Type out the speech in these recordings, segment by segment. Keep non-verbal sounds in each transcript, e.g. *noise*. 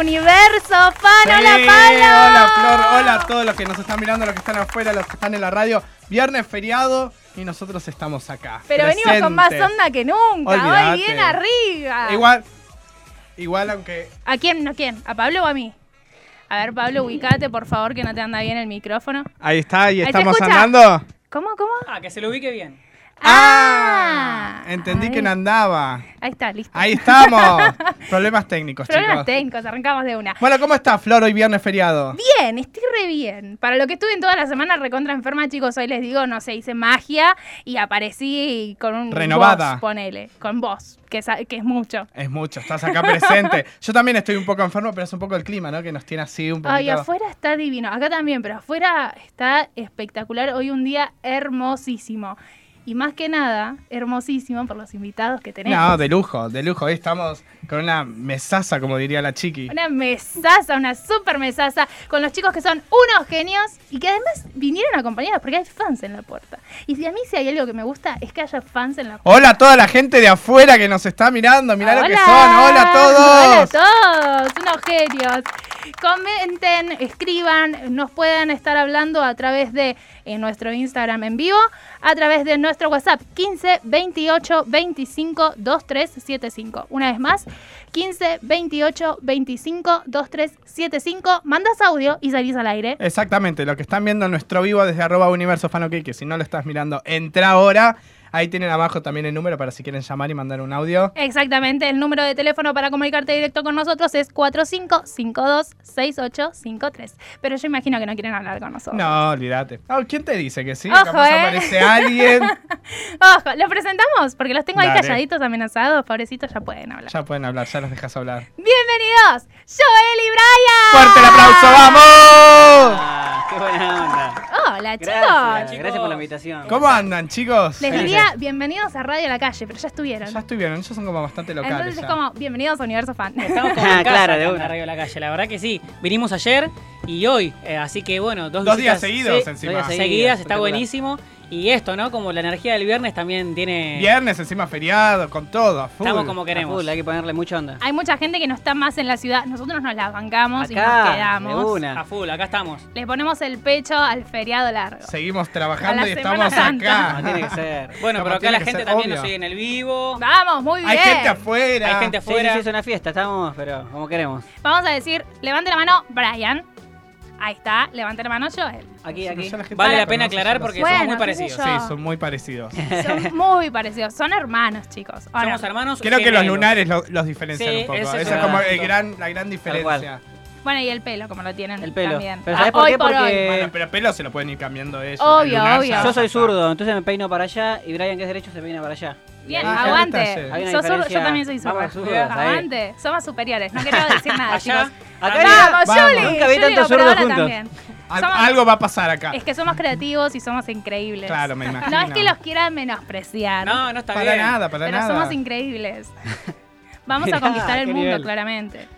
Aplauso, Pan, Sí, hola, Pablo. Hola, Flor. Hola a todos los que nos están mirando, los que están afuera, los que están en la radio. Viernes feriado y nosotros estamos acá. Pero venimos con más presentes. onda que nunca. Olvídate. Hoy bien arriba. Igual, igual aunque. ¿A quién? ¿A quién? ¿A Pablo o a mí? A ver, Pablo, ubicate, por favor, que no te anda bien el micrófono. Ahí está, y Ahí se estamos escucha. andando. ¿Cómo, cómo? Ah, que se lo ubique bien. Ah, Entendí ahí. que no andaba. Ahí está, listo. Ahí estamos. *laughs* Problemas técnicos, Problemas chicos. técnicos, arrancamos de una. Bueno, ¿cómo está Flor hoy viernes feriado? Bien, estoy re bien. Para lo que estuve en toda la semana recontra enferma, chicos, hoy les digo, no sé, hice magia y aparecí con un Renovada. voz, ponele, con vos, que es, que es mucho. Es mucho, estás acá presente. Yo también estoy un poco enfermo, pero es un poco el clima, ¿no? Que nos tiene así un poquito. Ay, afuera está divino. Acá también, pero afuera está espectacular. Hoy un día hermosísimo. Y más que nada, hermosísimo por los invitados que tenemos. No, de lujo, de lujo. Hoy estamos con una mesaza, como diría la chiqui. Una mesaza, una super mesaza, con los chicos que son unos genios y que además vinieron acompañados porque hay fans en la puerta. Y si a mí si hay algo que me gusta es que haya fans en la puerta. Hola a toda la gente de afuera que nos está mirando. Mirá lo que son. Hola a Hola a todos. todos, unos genios. Comenten, escriban, nos pueden estar hablando a través de eh, nuestro Instagram en vivo, a través de nuestro WhatsApp 15 28 25 2375. Una vez más, 15 28 25 2375. Mandas audio y salís al aire. Exactamente, lo que están viendo en nuestro vivo desde arroba universo Fanoque, que si no lo estás mirando, entra ahora. Ahí tienen abajo también el número para si quieren llamar y mandar un audio. Exactamente, el número de teléfono para comunicarte directo con nosotros es 45526853. Pero yo imagino que no quieren hablar con nosotros. No, olvídate. Ah, ¿Quién te dice que sí? Ojo, Capaz eh. *laughs* aparece alguien. Ojo, ¿los presentamos? Porque los tengo ahí Dale. calladitos, amenazados, pobrecitos, ya pueden hablar. Ya pueden hablar, ya los dejas hablar. Bienvenidos, Joel y Brian. ¡Fuerte el aplauso! ¡Vamos! *laughs* Ah, qué buena onda. Hola, Gracias, chicos. gracias por la invitación. ¿Cómo andan, chicos? Les Sí, diría bienvenidos a Radio La Calle, pero ya estuvieron. Ya estuvieron, ellos son como bastante locales. Entonces es ya. como, bienvenidos a Universo Fan. *laughs* Estamos como Ah, en casa claro, acá de en una. la radio de la calle. La verdad que sí. Vinimos ayer y hoy. eh, así que bueno, dos, Dos días visitas seguidos, se- encima. dos días seguidas, está Espectacular. buenísimo. Y esto, ¿no? Como la energía del viernes también tiene. Viernes, encima feriado, con todo, a full. Estamos como A queremos. full, hay que ponerle mucha onda. Hay mucha gente que no está más en la ciudad, nosotros nos la bancamos y Acá, nos de quedamos. una. A full, acá estamos. Le ponemos el pecho al feriado largo. Seguimos A trabajando la y Semana estamos Santa. No, tiene que acá. ser. Bueno, Como pero acá tiene la que gente ser, también obvio. nos sigue en el vivo. Vamos, muy bien. Hay gente afuera. Hay gente Sí, sí, afuera. sí, es una fiesta, estamos, pero como queremos. Vamos a decir, levante la mano, Brian. Ahí está, levante la mano, Joel. Aquí, Sí, aquí. ya la gente Vale lo la pena conoce, aclarar ya lo porque Bueno, somos muy qué parecidos. sé yo. sabe. Sí, son muy parecidos. Son muy parecidos. Son hermanos, chicos. ¿o no? Somos hermanos. Creo que los gemelos. lunares lo- los diferencian Sí, un poco. ese Esa es es verdad. como el gran, la gran diferencia. Bueno, y el pelo, como lo tienen El pelo. también. Pero Ah, ¿sabés por hoy qué? por Porque- hoy. Bueno, Eh, pero pelo se lo pueden ir cambiando ellos. Obvio, El lunar obvio. ya- Yo soy ya zurdo, entonces me peino para allá y Brian, que es derecho, se peina para allá. Bien, Ah, ya está, sí. aguante. Hay Sos zurdo, una yo diferencia. también soy zurda. Vamos, zurdos, ahí. aguante. Somos superiores. No quiero decir nada, Allá. chicos. Acá Vamos, Vamos. Juli. Nunca vi Juli tantos Operadora zurdos juntos. también. Al- Somos- Algo va a pasar acá. Es que somos creativos y somos increíbles. Claro, me imagino. No es que los quieran menospreciar. No, no está para bien. nada, para pero nada. somos *laughs* increíbles. Vamos a Mirá, conquistar el qué mundo, nivel. claramente.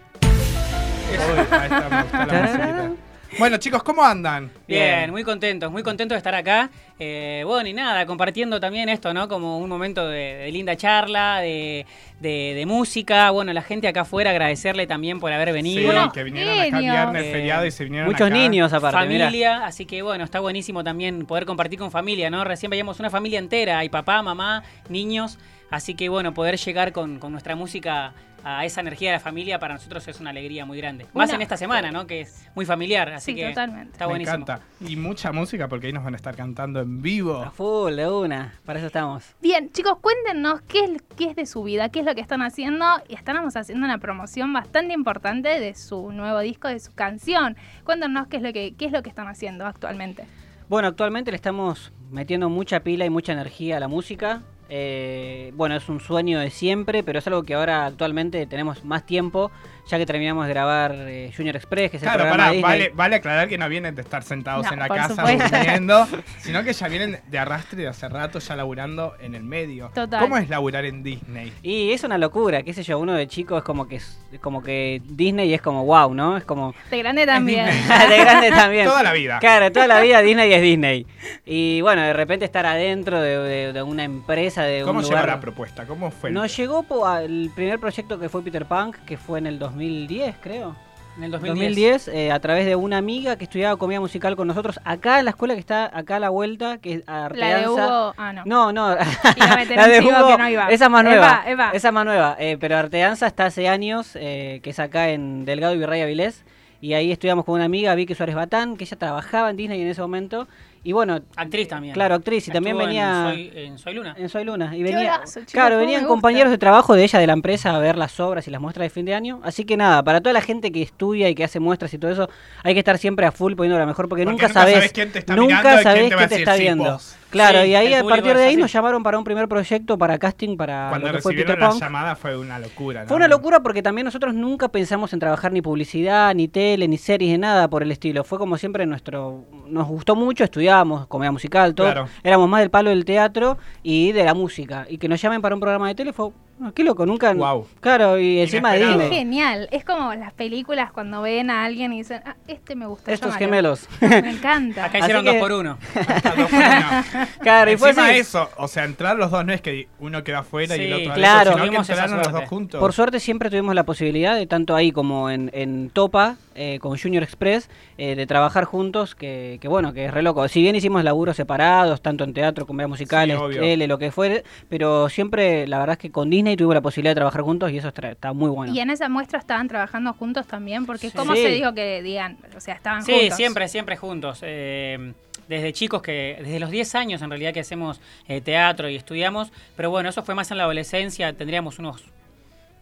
Uy, ahí está, me gustó la musiquita. Bueno, chicos, ¿cómo andan? Bien, muy contentos, muy contentos de estar acá. Eh, bueno, y nada, compartiendo también esto, ¿no? Como un momento de, de linda charla, de, de- de música. Bueno, la gente acá afuera, agradecerle también por haber Sí, venido. Unos que vinieron acá genios. viernes, Eh, feriado y se vinieron Muchos acá. niños aparte, mirá. familia, así que bueno, está buenísimo también poder compartir con familia, ¿no? Recién veíamos una familia entera, hay papá, mamá, niños, así que bueno, poder llegar con, con nuestra música a esa energía de la familia para nosotros es una alegría muy grande. Más Una- en esta semana, ¿no? Que es muy familiar, así sí, que totalmente. está Me buenísimo. encanta. Y mucha música porque ahí nos van a estar cantando en vivo. A full, de una. Para eso estamos. Bien, chicos, cuéntenos qué es, qué es de su vida, qué es lo que están haciendo. Y estamos haciendo una promoción bastante importante de su nuevo disco, de su canción. Cuéntenos qué es lo que, qué es lo que están haciendo actualmente. Bueno, actualmente le estamos metiendo mucha pila y mucha energía a la música. Eh, bueno, es un sueño de siempre, pero es algo que ahora actualmente tenemos más tiempo, ya que terminamos de grabar eh, Junior Express, que es el Claro, programa pará, de Disney. vale, vale aclarar que no vienen de estar sentados No, en la por casa supuesto. durmiendo, sino que ya vienen de arrastre de hace rato, ya laburando en el medio. Total. ¿Cómo es laburar en Disney? Y es una locura, qué sé yo, uno de chico es como que es como que Disney es como wow, ¿no? *laughs* Es como De grande también. *laughs* de grande también. Toda la vida. Claro, toda la vida Disney es Disney. Y bueno, de repente estar adentro de, de- de una empresa, de ¿Cómo un llegó lugar. la propuesta? ¿Cómo fue? Nos llegó po- al primer proyecto que fue Peter Punk, que fue en el 2010, creo. En el 2010. 2010, eh, a través de una amiga que estudiaba comedia musical con nosotros acá en la escuela que está acá a la vuelta, que es Arte La de Danza. Hugo. Ah, no. No, no. *laughs* Iba a meter la un de chivo Hugo, que no iba. Esa es más Eva, nueva. Eva. Esa es más nueva. eh, pero Arteanza está hace años, eh, que es acá en Delgado y Virrey Avilés. Y ahí estudiamos con una amiga, Vicky Suárez Batán, que ella trabajaba en Disney en ese momento. Y bueno, Actriz también. claro, actriz. Y también Estuvo en venía Soy- En Soy, Luna. en Soy Luna. Y venía, brazo, chicos, claro, cómo me venían gusta. compañeros de trabajo de ella, de la empresa, a ver las obras y las muestras de fin de año. Así que nada, para toda la gente que estudia y que hace muestras y todo eso, hay que estar siempre a full poniendo lo mejor, porque, Porque nunca, nunca sabes, sabés quién te está nunca mirando y quién sabés te va a quién te decir, está "Sí, viendo. vos". Claro, Sí, y ahí el a público partir de es ahí así. nos llamaron para un primer proyecto, para casting, para Cuando lo que fue recibieron Peter la Pan. llamada fue una locura. ¿no? Fue una locura porque también nosotros nunca pensamos en trabajar ni publicidad, ni tele, ni series, ni nada por el estilo. Fue como siempre nuestro... Nos gustó mucho, estudiábamos comedia musical, todo. Claro. Éramos más del palo del teatro y de la música. Y que nos llamen para un programa de tele fue... "Ah, Qué loco, nunca... Guau. Claro, y encima Es Inesperado. de Claro. Disney. genial. Es como las películas cuando ven a alguien y dicen, ah, este me gusta. Estos llámalo". gemelos. *laughs* Me encanta. Acá Así hicieron que- dos por *laughs* uno. *laughs* Hasta dos por uno. claro, y fue Encima así. eso, o sea, entrar los dos no es que uno queda afuera y el Sí, otro claro. adentro, sino Tuvimos que esa entraron los suerte. dos juntos. Por suerte siempre tuvimos la posibilidad de tanto ahí como en, en Topa, eh, con Junior Express, eh, de trabajar juntos, que, que bueno, que es re loco. Si bien hicimos laburos separados, tanto en teatro, comedia musicales, Sí, obvio. tele, lo que fuere, pero siempre la verdad es que con Disney tuvimos la posibilidad de trabajar juntos y eso está, está muy bueno. Y en esa muestra estaban trabajando juntos también, porque es Sí. como Sí. se dijo que digan, o sea, estaban Sí, juntos. siempre, siempre juntos. Eh, desde chicos que, desde los 10 años en realidad que hacemos eh, teatro y estudiamos, pero bueno, eso fue más en la adolescencia, tendríamos unos...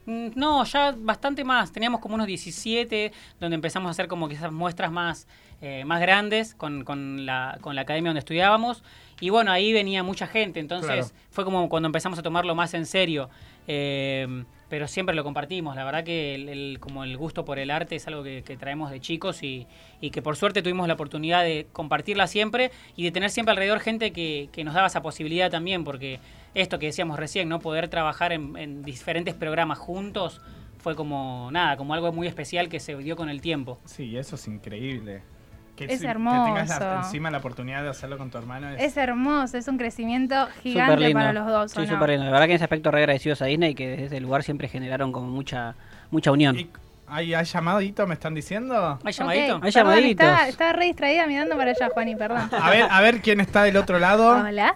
mm, No, ya bastante más, teníamos como unos 17, donde empezamos a hacer como que esas muestras más, eh, más grandes con, con la, con la academia donde estudiábamos. Y bueno, ahí venía mucha gente, entonces fue como cuando empezamos a tomarlo más en serio. Eh, pero siempre lo compartimos, la verdad que el, el- como el gusto por el arte es algo que, que traemos de chicos y, y que por suerte tuvimos la oportunidad de compartirla siempre y de tener siempre alrededor gente que, que nos daba esa posibilidad también, porque esto que decíamos recién, ¿no? Poder trabajar en, en diferentes programas juntos fue como nada, como algo muy especial que se dio con el tiempo. Sí, eso es increíble. Que Es si- hermoso. Que tengas la- encima la oportunidad de hacerlo con tu hermano. Es, Es hermoso, es un crecimiento Súper gigante lindo. para los dos. ¿o Sí, no? súper lindo. La verdad que en ese aspecto re agradecidos a Disney que desde ese lugar siempre generaron como mucha, mucha unión. Y- ¿Hay, hay llamadito, me están diciendo? *laughs* Ok, ¿Hay llamadito? Hay perdón, llamaditos. Estaba, estaba re distraída mirando para allá, Juani, perdón. A ver, a ver quién está del otro lado. Hola.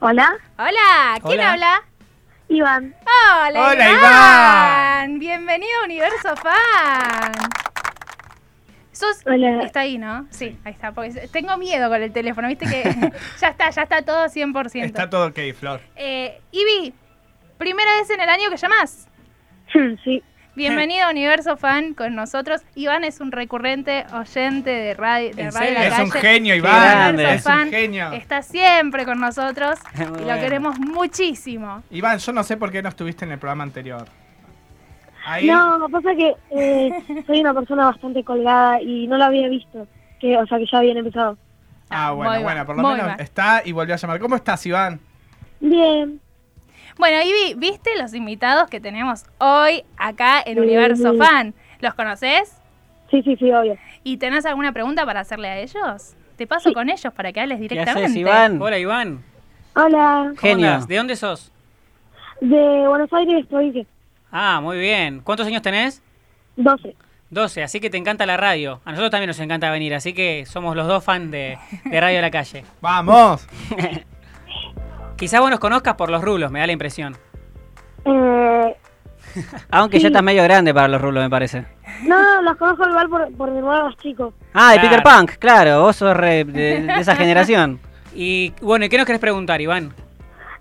Hola, Hola, ¿quién Hola. habla? Iván. Hola, Hola, Iván. Iván. Bienvenido a Universo Fan. Sos, Hola. Está ahí, ¿no? Sí, ahí está. Porque tengo miedo con el teléfono, viste que *laughs* ya está, ya está todo 100%. Está todo ok, Flor. Eh, Ivi, primera vez en el año que llamás. *laughs* Sí, Bienvenido a Universo Fan con nosotros. Iván es un recurrente oyente de radio, de ¿En radio serio? La Es Calle. un genio, Universo Iván. grande. Es Fan un genio. Está siempre con nosotros *laughs* Muy y lo bueno. queremos muchísimo. Iván, yo no sé por qué no estuviste en el programa anterior. Ahí, no, pasa que eh, soy una persona bastante colgada y no lo había visto, que o sea que ya habían empezado. Ah, bueno, Muy bueno, Iván, por lo muy menos Iván. está y volvió a llamar. ¿Cómo estás, Iván? Bien, Bueno, Ivi, ¿viste los invitados que tenemos hoy acá en Sí. Universo Fan? ¿Los conoces? sí, sí, sí, obvio. ¿Y tenés alguna pregunta para hacerle a ellos? Te paso Sí. con ellos para que hables ¿Qué directamente. haces, Iván? Hola Iván, Hola, ¿Cómo Genio. andás? ¿de dónde sos? de Buenos Aires, provincia, Ah, muy bien. ¿Cuántos años tenés? 12. 12, así que te encanta la radio. A nosotros también nos encanta venir, así que somos los dos fans de, de Radio de la Calle. ¡Vamos! Quizás vos nos conozcas por los rulos, me da la impresión. Eh, Aunque ya estás medio grande para los rulos, me parece. no, los conozco igual por, por mi hermano más chico. Ah, de Claro. Peter Punk, claro, vos sos re- de- de esa *laughs* generación. Y bueno, ¿y qué nos querés preguntar, Iván?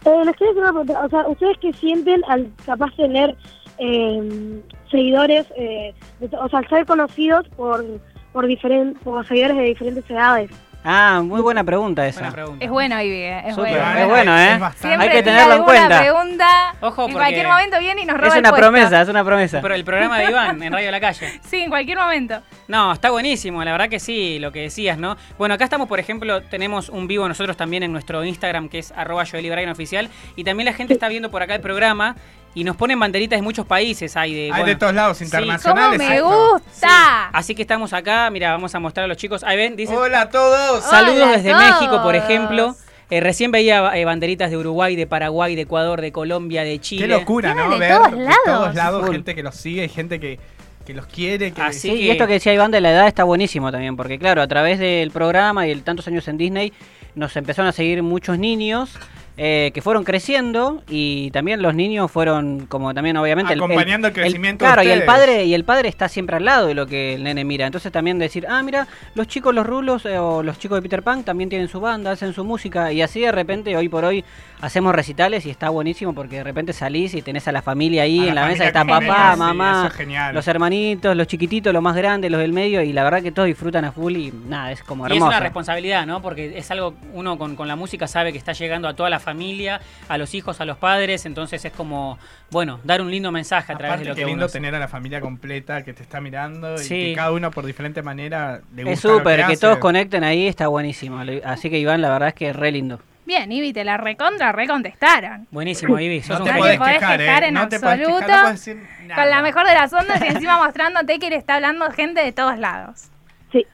Eh, les quiero hacer una pregunta, o sea, ¿ustedes qué sienten al capaz tener eh, seguidores, eh, de to- o sea, al ser conocidos por, por, diferen- por seguidores de diferentes edades? Ah, muy buena pregunta esa. Buena pregunta. Es bueno, Ivi, ¿eh? es Súper. bueno. Iván es bueno, ¿eh? bastante- Siempre Hay que tiene tenerlo en alguna cuenta. pregunta. Ojo, en porque cualquier momento viene y nos roba Es el una puesto. promesa, es una promesa. Pero el programa de Iván en Radio La Calle. Sí, en cualquier momento. No, está buenísimo, la verdad que sí, lo que decías, ¿no? Bueno, acá estamos, por ejemplo, tenemos un vivo nosotros también en nuestro Instagram, que es arroba Joel y Brian oficial, y también la gente está viendo por acá el programa y nos ponen banderitas de muchos países, hay de... Hay de bueno, todos lados, Sí. ¿Cómo ah, internacionales. me hay todo. gusta? Así que estamos acá, mira, vamos a mostrar a los chicos. Ahí ven, dice... Hola a todos. Hola Saludos a desde todos. México, por ejemplo. Eh, recién veía eh, banderitas de Uruguay, de Paraguay, de Ecuador, de Colombia, de Chile. Qué locura, Tienen ¿no? de todos de lados. todos lados Full. Ah, gente que los sigue y gente que, que los quiere, que Así Sí, y que- esto que decía Iván de la edad está buenísimo también, porque claro, a través del programa y el tantos años en Disney, nos empezaron a seguir muchos niños eh, que fueron creciendo y también los niños fueron como también obviamente Acompañando el crecimiento de claro, y el ustedes. padre y el padre está siempre al lado de lo que el nene mira. Entonces también decir, ah, mira, los chicos los rulos eh, o los chicos de Peter Pan también tienen su banda, hacen su música y así de repente hoy por hoy hacemos recitales y está buenísimo porque de repente salís y tenés a la familia ahí A en la, la mesa que familia está con papá, nenes, sí, mamá, eso es genial. los hermanitos, los chiquititos, los más grandes, los del medio, y la verdad que todos disfrutan a full y nada, es como Y es hermoso. una responsabilidad, ¿no? Porque es algo, uno con, con la música sabe que está llegando a toda la familia, a los hijos, a los padres, entonces es como, bueno, dar un lindo mensaje a través Aparte, de lo qué que lindo uno hace. tener a la familia completa que te está mirando y Sí. que cada uno por diferente manera le gusta es lo súper, que, hace. todos conecten ahí, está buenísimo. Lo- Así que Iván, la verdad es que es re lindo. Bien, Ibi, te la recontra, recontestaron. Buenísimo, Vivi, sos No un te No genio. podés podés quejar, quejar ¿eh? en No te podés quejar, absoluto. no podés decir nada. Con la mejor de las ondas y encima mostrándote que le está hablando gente de todos lados. Sí.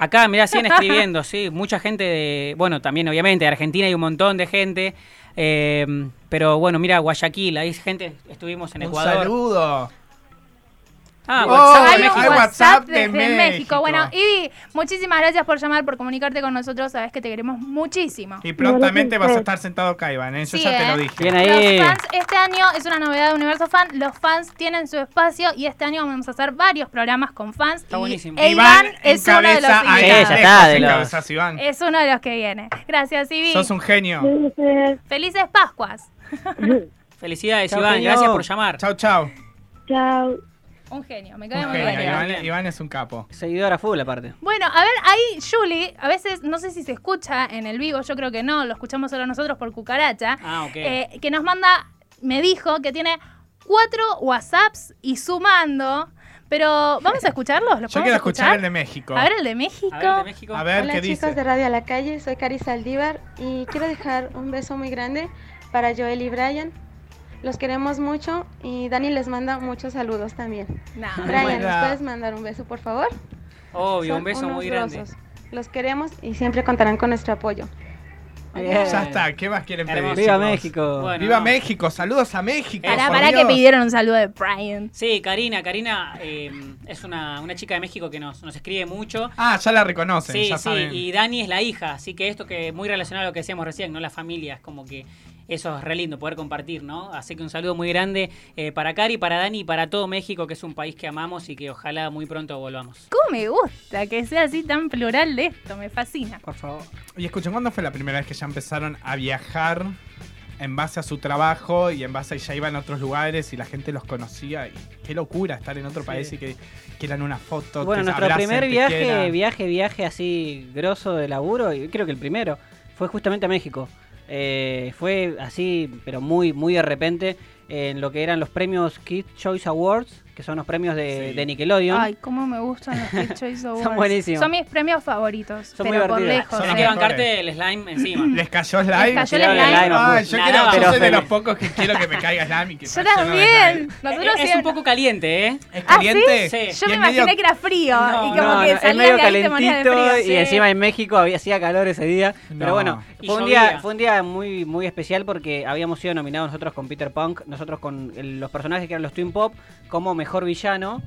Acá, mirá, siguen escribiendo, sí. Mucha gente de. Bueno, también, obviamente, de Argentina hay un montón de gente. eh, pero bueno, mira, Guayaquil, hay gente. Estuvimos en Un Ecuador. saludo. Ah, Oh, WhatsApp de hay México. Hay un WhatsApp WhatsApp desde de México. México. Bueno, Ibi, muchísimas gracias por llamar, por comunicarte con nosotros. Sabes que te queremos muchísimo. Y prontamente Bueno, vas a sí. estar sentado acá, Iván. ¿eh? Yo Sí, ya te ¿eh? lo dije. Bien ahí. Los fans, este año es una novedad de Universo Fan. Los fans tienen su espacio y este año vamos a hacer varios programas con fans. Está y buenísimo. e Iván es uno de los encabeza ahí Sí, invitados. ya lejos, está, de los- encabezás, Iván. Es uno de los que viene. Gracias, Ibi. Sos un genio. Entonces, Felices Pascuas. Felicidades, Chau, Iván. genio. Gracias por llamar. Chau, chau. chao. Un genio, me cae Un muy genio. bien. Iván, bien. Iván es un capo. Seguidor a full, aparte. Bueno, a ver, ahí Julie, a veces no sé si se escucha en el vivo, yo creo que no, lo escuchamos solo nosotros por cucaracha, Ah, ok. eh, que nos manda, me dijo que tiene cuatro WhatsApps y sumando, pero vamos a escucharlos, ¿los Yo podemos quiero escuchar el de México. A ver el de México. A ver, de México. A ver Hola qué chicos dice. de Radio a la Calle, soy Carissa Aldívar y quiero dejar un beso muy grande para Joel y Brian. Los queremos mucho y Dani les manda muchos saludos también. No. *laughs* Brian, ¿nos Hola. puedes mandar un beso, por favor? Obvio, Son un beso unos muy grande. grosos. Los queremos y siempre contarán con nuestro apoyo. Bien. Ya está, ¿qué más quieren pedir? Hermoso. Viva chicos? México. Bueno. Viva no. México, saludos a México. Pará, Eh, por pará que Dios. pidieron un saludo de Brian. Sí, Karina. Karina eh, es una, una chica de México que nos, nos escribe mucho. Ah, ya la reconocen, Sí, ya sí, saben. y Dani es la hija, así que esto que muy relacionado a lo que decíamos recién, ¿no? La familia, es como que eso es re lindo poder compartir, ¿no? Así que un saludo muy grande eh, para Cari, para Dani y para todo México, que es un país que amamos y que ojalá muy pronto volvamos. ¿Cómo me gusta que sea así tan plural de esto? Me fascina. Por favor. Y escuchen, ¿cuándo fue la primera vez que ya empezaron a viajar en base a su trabajo y en base a ya iban a otros lugares y la gente los conocía? Y qué locura estar en otro país y que quieran una foto. Bueno, te nuestro abracen, primer te viaje, quieran. viaje, viaje así grosso de laburo, y creo que el primero, fue justamente a México. Eh, fue así, pero muy, muy de repente, en lo que eran los premios Kids Choice Awards, que son los premios de, Sí. de Nickelodeon. Ay, cómo me gustan los Kid Choice Awards. buenísimos. Son mis premios favoritos, Son muy pero por divertidos. lejos. Son ¿eh? Tenés los que mejores. bancarte el *laughs* slime encima. ¿Les cayó slime? cayó el slime. Ay, yo, quiero- Nada, yo pero soy de feliz. los pocos que quiero que me caiga slime. y que Yo cayó la también. slime. Nosotros Eh, es, es un siempre- poco caliente, ¿eh? ¿Es ¿Ah, caliente? Yo sí? Sí. Y me es imaginé medio- que era frío No, y como No, que no, es salía medio de ahí y te morías de calentito frío. y encima en México había, hacía calor ese día. Pero No. bueno, Y fue un, llovía. día, fue un día muy, muy especial porque habíamos sido nominados nosotros con Peter Punk, nosotros con el- los personajes que eran los Twin Pop, como mejor villano.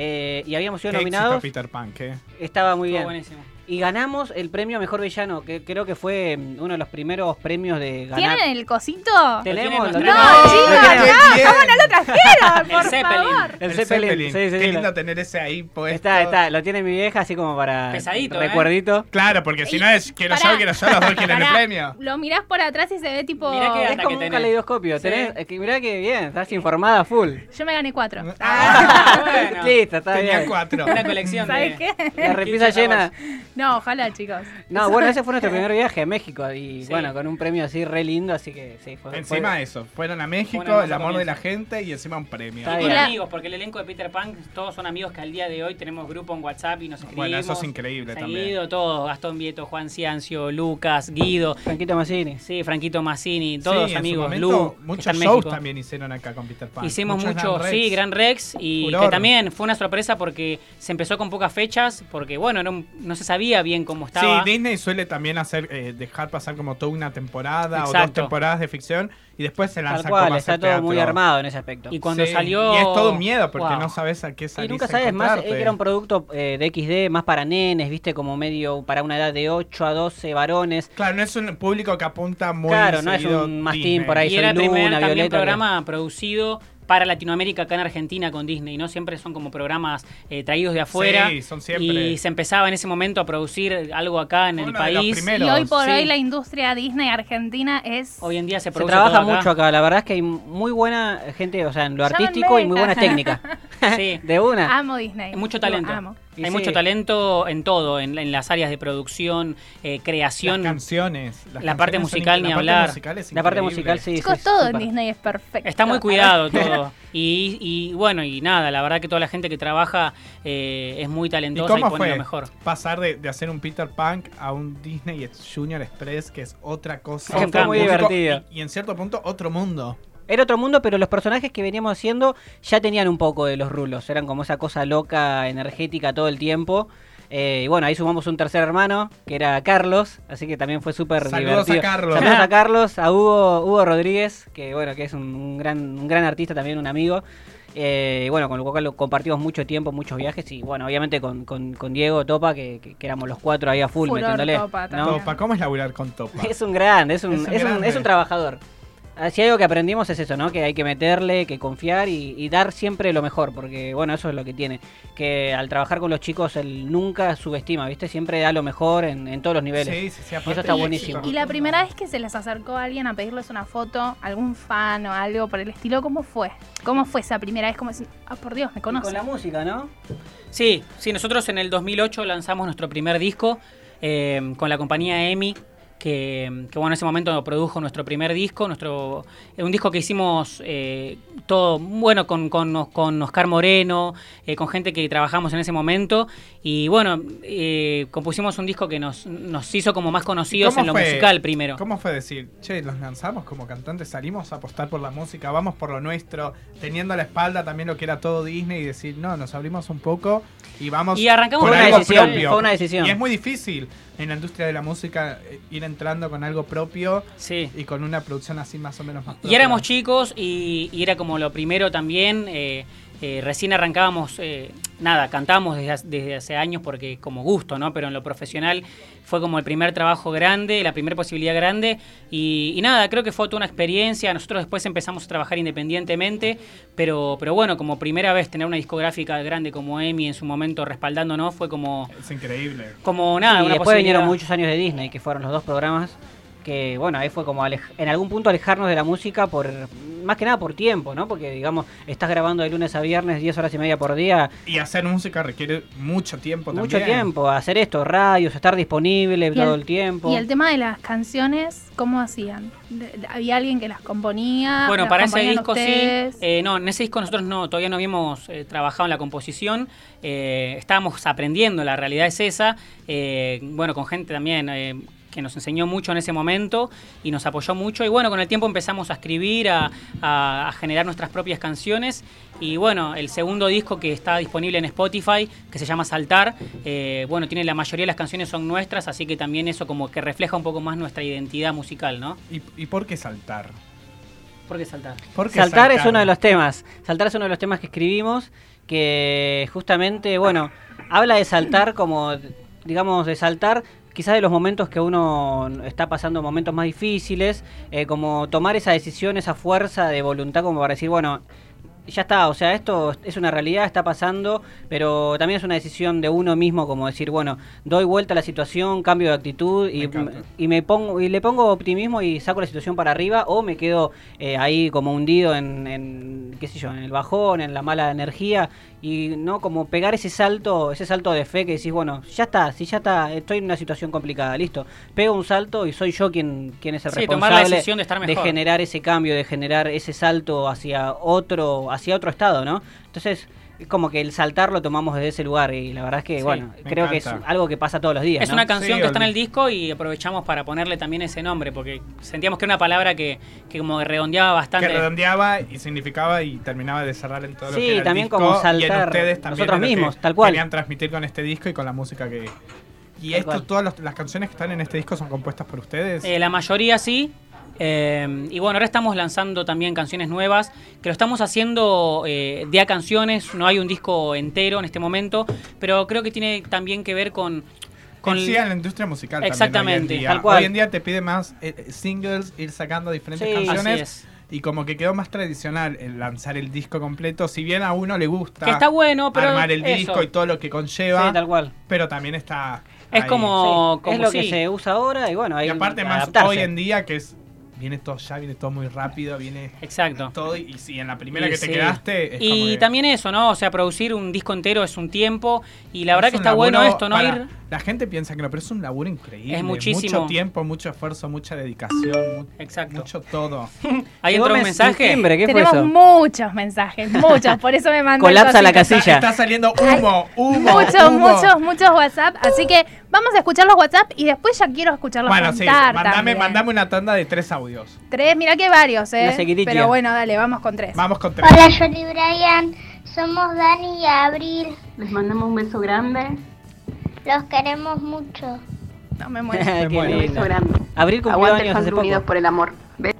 eh, y habíamos Qué sido éxito, nominados. Peter Punk, ¿eh? Estaba muy Estuvo bien. buenísimo. Y ganamos el premio a Mejor Villano, que creo que fue mm, uno de los primeros premios de ganar. ¿Tienen el cosito? Te- Tenemos, No, lo No, tenemos. ¡No! chicos, Lo tenemos. no, ¡Qué ¿cómo no lo trajeron? El Por Zeppelin. favor. El Zeppelin, sí, sí, Qué sí, lindo lo- tener ese ahí puesto. Está, está, lo tiene mi vieja así como para Pesadito, ¿eh? recuerdito. Claro, porque si no es quiero Pará. yo, quiero yo, los dos quieren el Pará, premio. Lo mirás por atrás y se ve tipo. Mirá que- Es Anda como un tenés. caleidoscopio. Sí. Tenés, es que mirá que bien, estás informada full. Yo me gané cuatro. *laughs* Ah, Bueno, Listo, está Tenía bien. cuatro. una colección. ¿Sabes de- qué? La repisa Quince llena. No, ojalá, chicos. No, bueno, ese fue nuestro primer viaje a México y Sí. bueno, con un premio así re lindo, así que sí, fue. Encima fue- eso, fueron a México, Bueno, el vamos a amor de la comienzo. gente y encima un premio. Está Y bien. con la- amigos, porque el elenco de Peter Pan, todos son amigos que al día de hoy tenemos grupo en WhatsApp y nos escribimos. Bueno, eso es increíble también. Seguido, todos, Gastón Vieto, Juan Ciancio, Lucas, Guido, Franquito Massini. sí, Franquito Massini, todos Sí, en su amigos, momento, Lu, que está muchos en shows México. también hicieron acá con Peter Pan. Hicimos Muchos mucho, Gran sí, Rex. Gran Rex y Furor. que también fue una sorpresa porque se empezó con pocas fechas, porque bueno, no, no se sabía sabía bien cómo Sí, estaba. Disney suele también hacer eh, dejar pasar como toda una temporada o dos Exacto. temporadas de ficción y después se Tal lanza como cual, a está hacer todo muy teatro. armado en ese aspecto. Y cuando Sí, salió. Y es todo miedo porque Wow. no sabes a qué salís Y nunca a sabes más, encontrarte. eh, era un producto eh, de XD más para nenes, viste, como medio para una edad de 8 a 12 varones. Claro, no es un público que apunta muy Claro, no es seguido un mastín Disney. por ahí. Y era el primer Luna, también Violeta, programa producido para Latinoamérica acá en Argentina con Disney, ¿no? Siempre son como programas eh, traídos de afuera. Sí, son siempre. Y se empezaba en ese momento a producir algo acá en el Uno de los país. Y primeros. hoy por sí. hoy la industria Disney argentina es... Hoy en día se Se produce trabaja todo acá. mucho acá, la verdad es que hay muy buena gente, o sea, en lo Llámenme. artístico y muy buena técnica. *laughs* *laughs* Sí. De una. Amo Disney. Hay mucho Lo talento. amo. Y Hay sí. mucho talento en todo, en, en las áreas de producción, eh, Las creación. canciones. las La parte canciones son musical, inc- ni la parte hablar. musical es La parte increíble. musical sí. Chicos, sí, todo súper. en Disney es perfecto. Está muy cuidado todo. Y, y bueno, y nada, la verdad que toda la gente que trabaja eh, es muy ¿Y talentosa y, cómo pone fue lo mejor. pasar de, de hacer un Peter Punk a un Disney Junior Express, que es otra cosa? Que fue otro muy público divertido. Y, y en cierto punto, otro mundo. Era otro mundo, pero los personajes que veníamos haciendo ya tenían un poco de los rulos. Eran como esa cosa loca, energética todo el tiempo. Eh, y bueno, ahí sumamos un tercer hermano, que era Carlos, así que también fue súper divertido. Saludos a Carlos. Saludos a Carlos, a Hugo, Hugo Rodríguez, que bueno, que es un, un gran, un gran artista también, un amigo. Eh, y bueno, con el cual lo compartimos mucho tiempo, muchos viajes, y bueno, obviamente con, con- con Diego Topa, que, que- que éramos los cuatro ahí a full, Furor metiéndole. Topa ¿no? también. Topa, ¿cómo es laburar con Topa? *laughs* Es un grande, es un, Es es un un, grande. es un trabajador. Si algo que aprendimos es eso, ¿no? Que hay que meterle, que confiar y, y dar siempre lo mejor, porque bueno, eso es lo que tiene. Que al trabajar con los chicos, él nunca subestima, ¿viste? Siempre da lo mejor en, en todos los niveles. Sí, sí, sí, aparte- Eso está buenísimo. Y la primera vez que se les acercó a alguien a pedirles una foto, algún fan o algo por el estilo, ¿cómo fue? ¿Cómo fue esa primera vez? Como decir, ah, por Dios, me Y con conoce. la música, ¿no? Sí, sí, nosotros en el 2008 lanzamos nuestro primer disco eh, con la compañía EMI, que, que, bueno, en ese momento produjo nuestro primer disco, nuestro eh, un disco que hicimos eh, todo, bueno, con, con, con Oscar Moreno, eh, con gente que trabajamos en ese momento, y bueno, eh, compusimos un disco que nos, nos hizo como más conocidos ¿Cómo en lo fue? musical primero. ¿Cómo fue decir, che, los lanzamos como cantantes, salimos a apostar por la música, vamos por lo nuestro, teniendo a la espalda también lo que era todo Disney y decir, no, nos abrimos un poco y vamos Y arrancamos por con una algo decisión, propio? fue una decisión. Y es muy difícil en la industria de la música eh, ir entrando con algo propio Sí. y con una producción así más o menos más Y propia. éramos chicos y, y era como lo primero también. eh, eh, recién arrancábamos, eh, nada, cantábamos desde, hace- desde hace años porque como gusto, ¿no? Pero en lo profesional fue como el primer trabajo grande, la primera posibilidad grande. Y, y nada, creo que fue toda una experiencia. Nosotros después empezamos a trabajar independientemente, pero, pero bueno, como primera vez tener una discográfica grande como EMI en su momento respaldándonos fue como, Es increíble. como nada, Ah, y una después vinieron posibilidad. muchos años de Disney, que fueron los dos programas. Que bueno, ahí fue como alej- en algún punto alejarnos de la música por más que nada por tiempo, ¿no? Porque digamos, estás grabando de lunes a viernes 10 horas y media por día, Y hacer música requiere mucho tiempo mucho también. tiempo, hacer esto, radios, estar disponible Y todo el tiempo. Y el tema de las canciones, ¿cómo hacían? De- de- ¿Había alguien que las componía? Bueno, ¿Las para ese componían disco ustedes? sí. Eh, no, en ese disco nosotros no, todavía no habíamos eh, trabajado en la composición. Eh, estábamos aprendiendo, la realidad es esa. Eh, bueno, con gente también eh, que nos enseñó mucho en ese momento y nos apoyó mucho. Y bueno, con el tiempo empezamos a escribir, a, a- a generar nuestras propias canciones. Y bueno, el segundo disco que está disponible en Spotify, que se llama Saltar, eh, bueno, tiene la mayoría de las canciones son nuestras, así que también eso como que refleja un poco más nuestra identidad musical, ¿no? ¿Y, y por qué saltar? ¿Por qué saltar? ¿Por qué Saltar es uno de los temas. Saltar es uno de los temas que escribimos que justamente, bueno, habla de saltar como, digamos, de saltar quizás de los momentos que uno está pasando momentos más difíciles, eh, como tomar esa decisión, esa fuerza de voluntad como para decir, bueno, ya está, o sea, esto es una realidad, está pasando, pero también es una decisión de uno mismo como decir, bueno, doy vuelta a la situación, cambio de actitud Me y encanta. y me pongo y le pongo optimismo y saco la situación para arriba o me quedo eh, ahí como hundido en, en, qué sé yo en el bajón en la mala energía y no como pegar ese salto ese salto de fe que decís bueno ya está si ya está estoy en una situación complicada listo pego un salto y soy yo quien quien es el Sí, responsable tomar la decisión de estar mejor. generar ese cambio de generar ese salto hacia otro hacia otro estado no entonces es como que el saltar lo tomamos desde ese lugar y la verdad es que Sí, bueno me creo que es encanta. algo que pasa todos los días Es ¿no? una canción Sí, que está en olvi- el disco y aprovechamos para ponerle también ese nombre, porque sentíamos que era una palabra que, que como redondeaba que bastante. redondeaba y significaba y terminaba de cerrar en todo lo Sí, que era el también disco, como y en saltar ustedes también nosotros era lo que mismos, tal cual. querían transmitir con este disco y con la música que, ¿Y Tal esto, cual. todas los- las canciones que están en este disco son compuestas por ustedes? Eh, la mayoría sí. Eh, y bueno, ahora estamos lanzando también canciones nuevas, que lo estamos haciendo eh, de a canciones, no hay un disco entero en este momento, pero creo que tiene también que ver con... con con sí, en la industria musical también Exactamente, hoy en día. tal cual. Hoy en día te pide más eh, eh, singles, ir sacando diferentes Sí. Así canciones. es. Y como que quedó más tradicional el lanzar el disco completo, si bien a uno le gusta Que está bueno, pero... armar el eso. disco y todo lo que conlleva, Sí, tal cual. pero también está... Es ahí. como- Sí, como es lo sí. que se usa ahora y bueno, hay Y aparte que más adaptarse. hoy en día que es... Viene todo ya, viene todo muy rápido, viene Exacto. todo y, y si en la primera Y que sí. te quedaste... es como Y que- también eso, ¿no? O sea, producir un disco entero es un tiempo y la verdad Es que un está bueno laburo esto, ¿no? para- Ir... La gente piensa que no, pero es un laburo increíble. Es muchísimo. Mucho tiempo, mucho esfuerzo, mucha dedicación, mu- Exacto. mucho *laughs* todo. Ahí entró Llegó un mes- mensaje. diciembre, ¿Qué fue Tenemos eso? *laughs* muchos mensajes, muchos, por eso me mandó Colapsa el la cosito. Está, casilla. está saliendo humo, humo. Muchos, humo. muchos, muchos WhatsApp. Así que vamos a escuchar los WhatsApp y después ya quiero escucharlos Bueno, sí, cantar mandame, también. mandame una tanda de tres audios. Tres, mirá que varios, Una ¿eh? seguidilla. Pero bueno, dale, vamos con tres. Vamos con tres. Hola, Johnny Brian. Somos Dani y Abril. Les mandamos un beso grande. Los queremos mucho. No me muero. *laughs* Qué Bueno, Un lindo. beso grande. Abril cumplió Aguante años fans hace unidos poco. por el amor. Ve-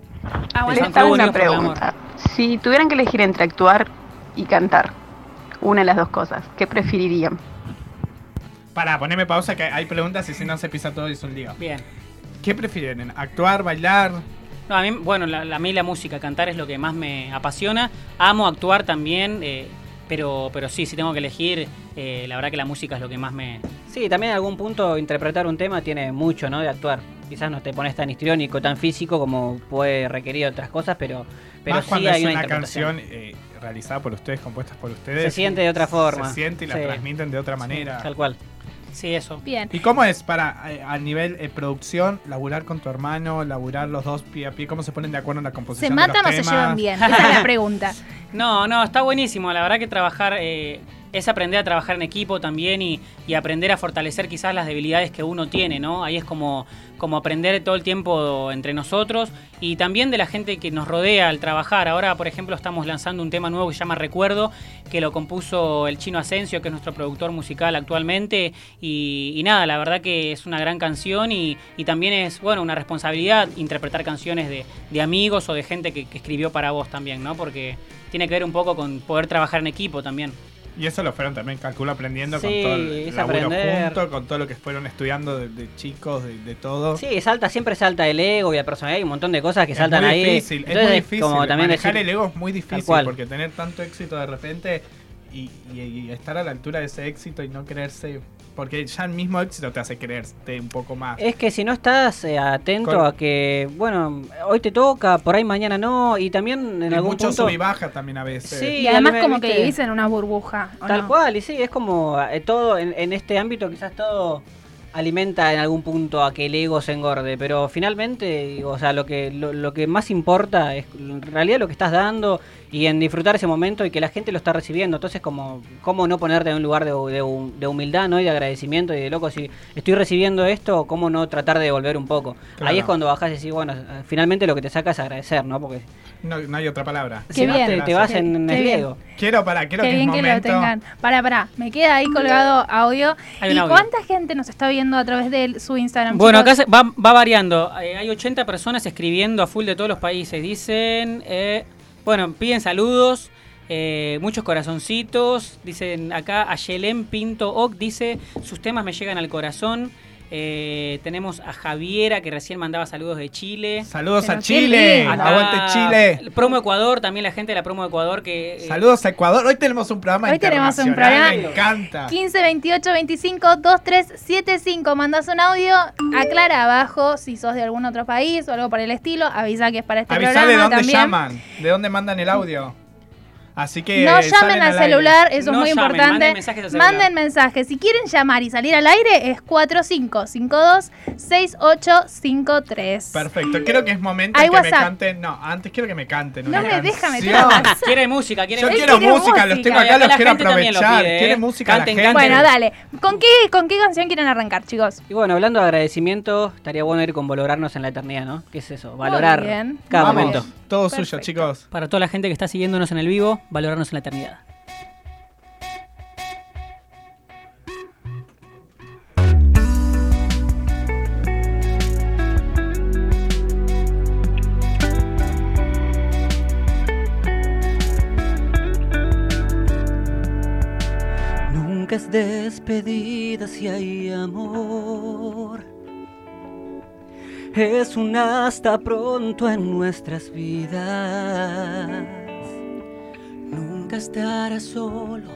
Aguante. Les Fans hago una unidos por el amor. pregunta. Si tuvieran que elegir entre actuar y cantar, una de las dos cosas, ¿qué preferirían? Pará, poneme pausa que hay preguntas y si no se pisa todo y es un lío. Bien. ¿Qué prefieren? ¿Actuar, bailar? No, a mí, bueno, la, la- a mí la música, cantar es lo que más me apasiona. Amo actuar también, eh, pero, pero sí, si tengo que elegir, eh, la verdad que la música es lo que más me... Sí, también en algún punto interpretar un tema tiene mucho, ¿no? De actuar. Quizás no te pones tan histriónico, tan físico como puede requerir otras cosas, pero, pero Más sí cuando hay es una, una interpretación. canción eh, realizada por ustedes, compuesta por ustedes. Se siente de otra forma. Se siente y la Sí. transmiten de otra manera. Tal cual. Sí, eso. Bien. ¿Y cómo es para eh, a nivel eh, producción, laburar con tu hermano, laburar los dos pie a pie? ¿Cómo se ponen de acuerdo en la ¿Se composición? de los matan o se temas? llevan bien? *laughs* Esa es la pregunta. No, no, está buenísimo. La verdad que trabajar eh, es aprender a trabajar en equipo también y, y aprender a fortalecer quizás las debilidades que uno tiene, ¿no? Ahí es como, como aprender todo el tiempo entre nosotros y también de la gente que nos rodea al trabajar. Ahora, por ejemplo, estamos lanzando un tema nuevo que se llama Recuerdo, que lo compuso el chino Asensio, que es nuestro productor musical actualmente. Y, y nada, la verdad que es una gran canción y, y también es, bueno, una responsabilidad interpretar canciones de, de amigos o de gente que- que escribió para vos también, ¿no? Porque tiene que ver un poco con poder trabajar en equipo también. Y eso lo fueron también, calculo, aprendiendo con Sí, todo el es laburo aprender. junto, con todo lo que fueron estudiando de, de chicos, de, de todo. Sí, salta, siempre salta el ego y la personalidad y un montón de cosas que es saltan muy ahí. difícil, Entonces, es muy difícil. como también Manejar el decir- ego es muy difícil cual. porque tener tanto éxito de repente y, y- y estar a la altura de ese éxito y no creerse, porque ya el mismo éxito te hace creerte un poco más. Es que si no estás eh, atento Con- a que, bueno, hoy te toca, por ahí mañana no, y también en Y algún mucho punto... sub y baja también a veces. Sí, Y además tal como vez, que ¿viste? vivís en una burbuja. ¿o Tal no? cual, y sí, es como eh, todo en, en este ámbito, quizás todo alimenta en algún punto a que el ego se engorde, pero finalmente, o sea, lo que lo, lo que más importa es en realidad lo que estás dando y en disfrutar ese momento y que la gente lo está recibiendo, entonces como cómo no ponerte en un lugar de, hu- de hu- de humildad, ¿no? Y de agradecimiento y de loco, si estoy recibiendo esto, cómo no tratar de devolver un poco. Claro. Ahí es cuando bajás y decís, bueno, finalmente lo que te saca es agradecer, ¿no? Porque No, no hay otra palabra. Qué si no bien. te, te Gracias. vas en, Qué el bien. ego. Quiero para, quiero Qué que es bien que lo momento. tengan. Pará, pará, me queda ahí colgado audio. Hay un ¿Y audio. cuánta gente nos está viendo a través de su Instagram? Bueno, acá chicos? se- va, va variando. Eh, hay 80 personas escribiendo a full de todos los países. Dicen, eh, bueno, piden saludos, eh, muchos corazoncitos. Dicen acá, Ayelén Pinto Oc dice, sus temas me llegan al corazón. Eh, tenemos a Javiera, que recién mandaba saludos de Chile. Saludos Pero a qué Chile. lindo. Acá, Aguante Chile. Ah, el Promo Ecuador, también la gente de la Promo Ecuador que... eh, Saludos a Ecuador. Hoy tenemos un programa Hoy tenemos un internacional, programa. Me encanta. 15 28 25 2375. Mandas un audio, aclara abajo si sos de algún otro país o algo por el estilo. Avisa que es para este Avisá programa de dónde también. llaman, de dónde mandan el audio. Así que no eh, llamen salen al aire. celular, eso No es muy llamen, importante. manden mensajes al celular. Manden mensajes. Si quieren llamar y salir al aire, es 4552-6853. Perfecto. Creo que es momento Hay que me WhatsApp. canten. No, antes quiero que me canten. No una me deja meter canción. la canción. Quiere música, quiere Yo Él quiero quiere música, los música. tengo Y acá acá, los la quiero gente también lo aprovechar. pide, Quiere ¿eh? música Canten, la gente. canten. Bueno, dale. ¿Con qué, ¿Con qué canción quieren arrancar, chicos? Y bueno, hablando de agradecimiento, estaría bueno ir con valorarnos en la eternidad, ¿no? ¿Qué es eso? Valorar bien. cada Vamos, momento. todo suyo, Perfecto. chicos. Para toda la gente que está siguiéndonos en el vivo, valorarnos en la eternidad. blancas despedidas si hay amor. Es un hasta pronto en nuestras vidas. Nunca estarás solo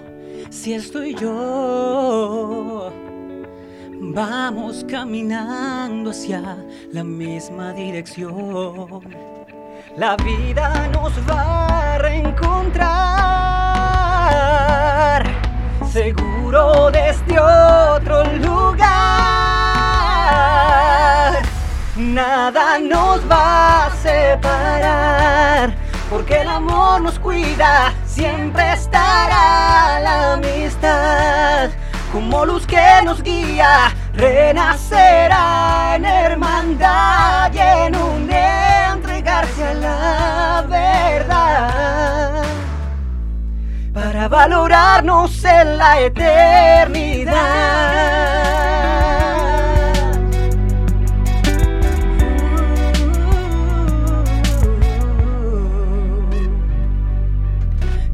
si estoy yo. Vamos caminando hacia la misma dirección. La vida nos va a reencontrar, seguro desde otro lugar. Nada nos va a separar, porque el amor nos cuida, siempre estará la amistad. Como luz que nos guía, renacerá en hermandad y en un entregarse a la verdad. Para valorarnos en la eternidad.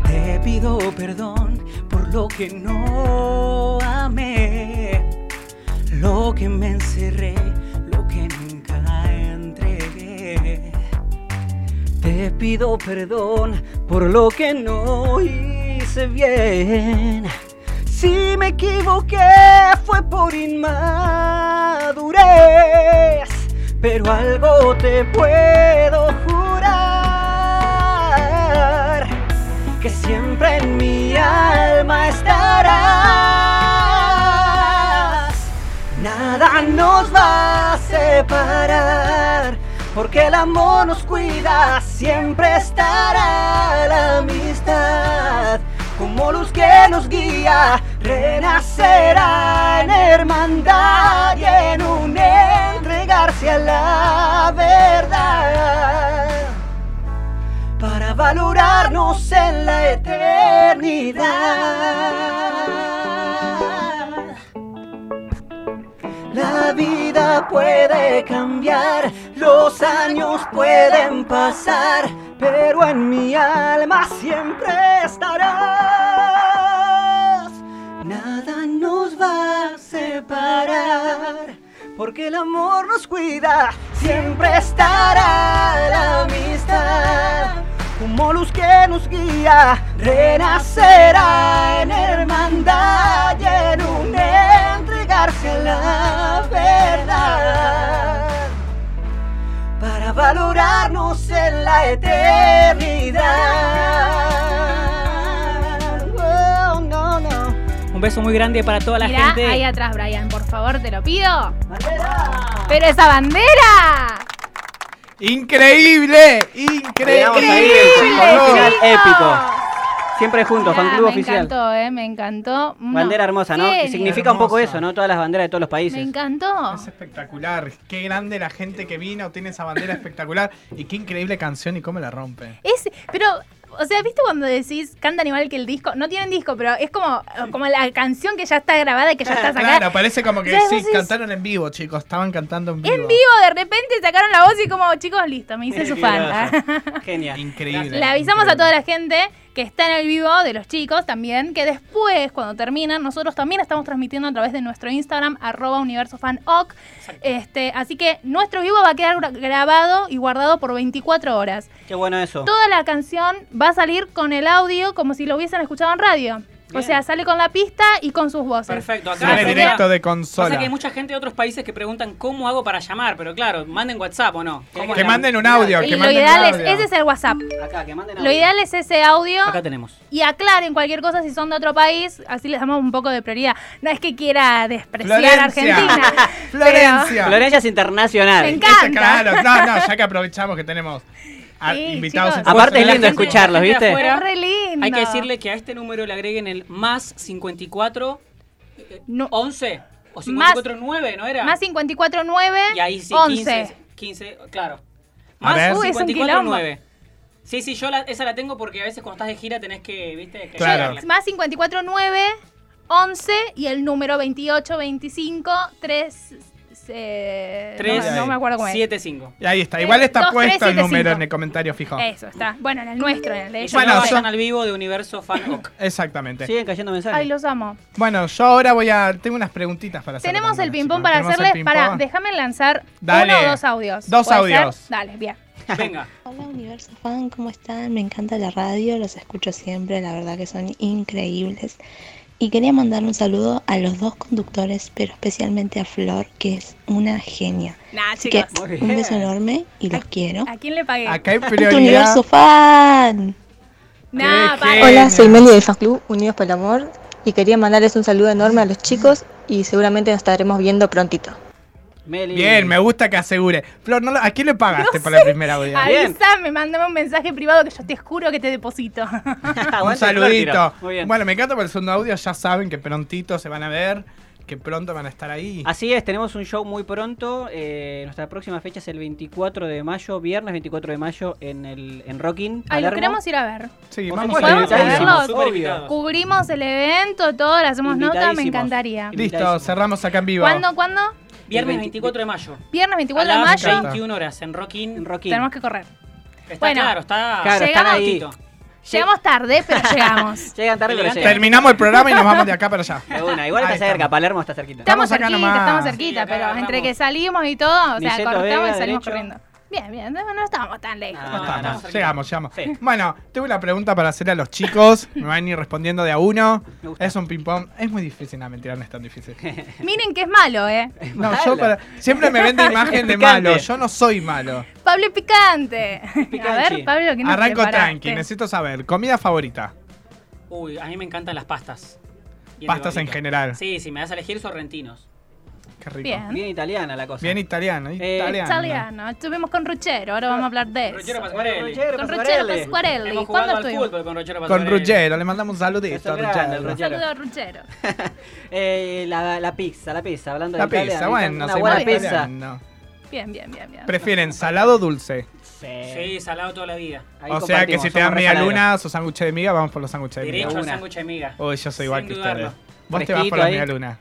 Te pido perdón por lo que no amé, lo que me encerré, lo que nunca entregué. Te pido perdón por lo que no hice bien. Si me equivoqué fue por inmadurez, pero algo te puedo jurar que siempre en mi alma estarás. Nada nos va a separar, porque el amor nos cuida, siempre estará la amistad. Como luz que nos guía, renacerá en hermandad y en un entregarse a la verdad para valorarnos en la eternidad. La vida puede cambiar, los años pueden pasar, pero en mi alma siempre estarás. Nada nos va a separar, porque el amor nos cuida, siempre estará la amistad. Como luz que nos guía, renacerá en hermandad y en un entregarse a la verdad para valorarnos en la eternidad. Oh, no, no. Un beso muy grande para toda la Mirá gente. ahí atrás, Brian, por favor, te lo pido. Bandera. ¡Pero esa bandera! ¡Increíble! ¡Increíble! Vamos a ir ¡Increíble, el cinco, un final chicos! épico. Siempre juntos, Mirá, fan club me oficial. encantó, eh, me encantó. Unos Bandera hermosa, ¿no? Y genios. significa un poco Hermosa. eso, ¿no? Todas las banderas de todos los Me países. encantó. Es espectacular. Qué grande la gente que vino, tiene esa bandera espectacular. Y qué increíble canción y cómo la rompe. Es, pero, o sea, ¿viste cuando decís canta animal que el disco? No tienen disco, pero es como, como la canción que ya está grabada y que *laughs* ya está sacada. Claro, parece como que Ya sí, decís- cantaron en vivo, chicos. Estaban cantando en vivo. En vivo, de repente sacaron la voz y como, chicos, listo, me hice su fan. *laughs* Genial. Increíble. Le avisamos increíble. a toda la gente que está en el vivo de los chicos también, que después, cuando terminan, nosotros también estamos transmitiendo a través de nuestro Instagram, arroba universofanoc. Este, así que nuestro vivo va a quedar gra- grabado y guardado por 24 horas. Qué bueno Oh. eso. Toda la canción va a salir con el audio como si lo hubiesen escuchado en radio. O Bien. sea, sale con la pista y con sus voces. Perfecto, acá. Sale Pasa que- directo de Pasa consola. que hay mucha gente de otros países que preguntan cómo hago para llamar, pero claro, manden WhatsApp o no. ¿Cómo Que la- manden un audio. Y Que lo manden un ideal es, audio. ese es el WhatsApp. Acá, que manden Lo audio. ideal es ese audio. Acá tenemos. y aclaren cualquier cosa si son de otro país, así les damos un poco de prioridad. No es que quiera despreciar a Florencia. Argentina. Florencia. Florencia es internacional. Me Ese, encanta. claro, no, no, ya que aprovechamos que tenemos a- Sí, invitados. chicos. internacionales. Aparte es lindo La gente- escucharlos, la gente ¿viste? pero afuera- es re lindo. Hay que decirle que a este número le agreguen el más 54 No, 11 o 54 9, ¿no era? más 54 9 y ahí sí, 11. 15, 15, claro. A Más ver. Uy, es un 54 quilombo. 9. Sí, sí, yo la- esa la tengo porque a veces cuando estás de gira tenés que, ¿viste? Que Claro. llevarla. Más 54 9 11 y el número 28 25 3 eh, no 3, me- no, me acuerdo cómo es. 7, 5. Y ahí está. Igual está Eh, Dos, tres, puesto el siete, número cinco. Eh. en el comentario fijo. Eso está. Bueno, en el nuestro, en el de ellos. Bueno, Bueno, Eh, no, yo- vayan al vivo de Universo *laughs* Fancock. Exactamente. Siguen cayendo mensajes. Ay, los amo. Bueno, yo ahora voy a. Tengo unas preguntitas para hacer. Tenemos el ping-pong para hacerle. Para, déjame lanzar Dale. uno o dos audios. Dos ¿Puede ser? audios. Dale, bien. Venga. Hola Universo Fan, ¿cómo están? Me encanta la radio, los escucho siempre, la verdad que son increíbles. Y quería mandar un saludo a los dos conductores, pero especialmente a Flor, que es una genia. Nah, Así que chicos. Muy un bien. beso enorme y los quiero. ¿A quién le pagué? *laughs* Acá hay ¡Este prioridad. Universo Fan! Nah, Qué para. genio. Hola, soy Meli del Fan Club Unidos por el Amor y quería mandarles un saludo enorme a los chicos y seguramente nos estaremos viendo prontito. Meli. Bien, *laughs* me gusta que asegure. Flor, no lo- ¿a quién le pagaste por la primera audio? Ah, Bien. Avísame, mándame un mensaje privado que yo te juro que te deposito. Un Aguante, Flor, saludito. tiró. Muy bien. Bueno, me encanta por el segundo audio. Ya saben que prontito se van a ver, que pronto van a estar ahí. Así es, tenemos un show muy pronto. eh, nuestra próxima fecha es el 24 de mayo, viernes 24 de mayo en el en Rockin. Ay, lo Palermo. queremos ir a ver. Sí, Vos vamos sos a ¿Podemos invitar. saberlo? invitadísimo, Súper obvio. invitados. Cubrimos el evento, todo, le hacemos nota, me Invitadísimos. encantaría. Listo, cerramos acá en vivo. ¿Cuándo, cuándo? Viernes El 24 de mayo. Viernes 24 a de las mayo. 21 horas en Rockin. En Rockin. Tenemos que correr. Está Bueno. claro, está. Claro, están llegamos, ahí. Tito. Llegamos tarde, pero llegamos. Llegan tarde, pero Elegante. llegan. Terminamos el programa y nos vamos de acá para allá. De una, Igual está Ahí cerca, estamos. Palermo está cerquita. Estamos acá cerquita, nomás. estamos cerquita, Sí, acá pero agarramos. entre que salimos y todo, o sea, Niceto cortamos Vega, y salimos derecho. corriendo. Bien, bien, no, no estábamos tan lejos. Ah, No no, estamos, no. llegamos, llegamos. Sí. Bueno, tengo una pregunta para hacerle a los chicos. Me van a ir respondiendo de a uno. Me gusta. Es un ping-pong. Es muy difícil, no, mentira, no es tan difícil. Miren que es malo, ¿eh? No, Mala. yo para- siempre me vende imagen de Picante. malo. Yo no soy malo. Pablo y Picante. A ver, Pablo, que no Arranco tranqui, necesito saber. Comida favorita. Uy, a mí me encantan las pastas. Bien Pastas en de barrito. general. Sí, si me das a elegir sorrentinos. Qué rico. Bien. Bien italiana la cosa. Bien italiano, italiano. Italiano. Estuvimos con Ruchero, ahora vamos a hablar de Rochero eso. Pasquarelli. Rochero Con Ruchero Pasquarelli. Pasquarelli. Hemos ¿Cuándo jugado al estuvimos? fútbol con Rochero Con Pasquarelli. Ruggero, le mandamos un saludito. Eso es grande, Ruggero. Ruggero. Saludos, Ruchero. Eh, la, la pizza, la pizza, hablando La de Italia, pizza, ¿viste? bueno, una soy buena más pizza. italiano. Bien, bien, bien, bien. ¿Prefieren salado o dulce? Sí, salado toda la vida. Ahí o sea que compartimos, si te somos dan media refanaderos. luna o sándwich de miga, vamos por los sándwiches de miga. Derecho una. al sándwich de miga. Uy, yo soy igual Sin que dudarlo. ustedes. Vos te vas por Fresquito la ahí. media luna.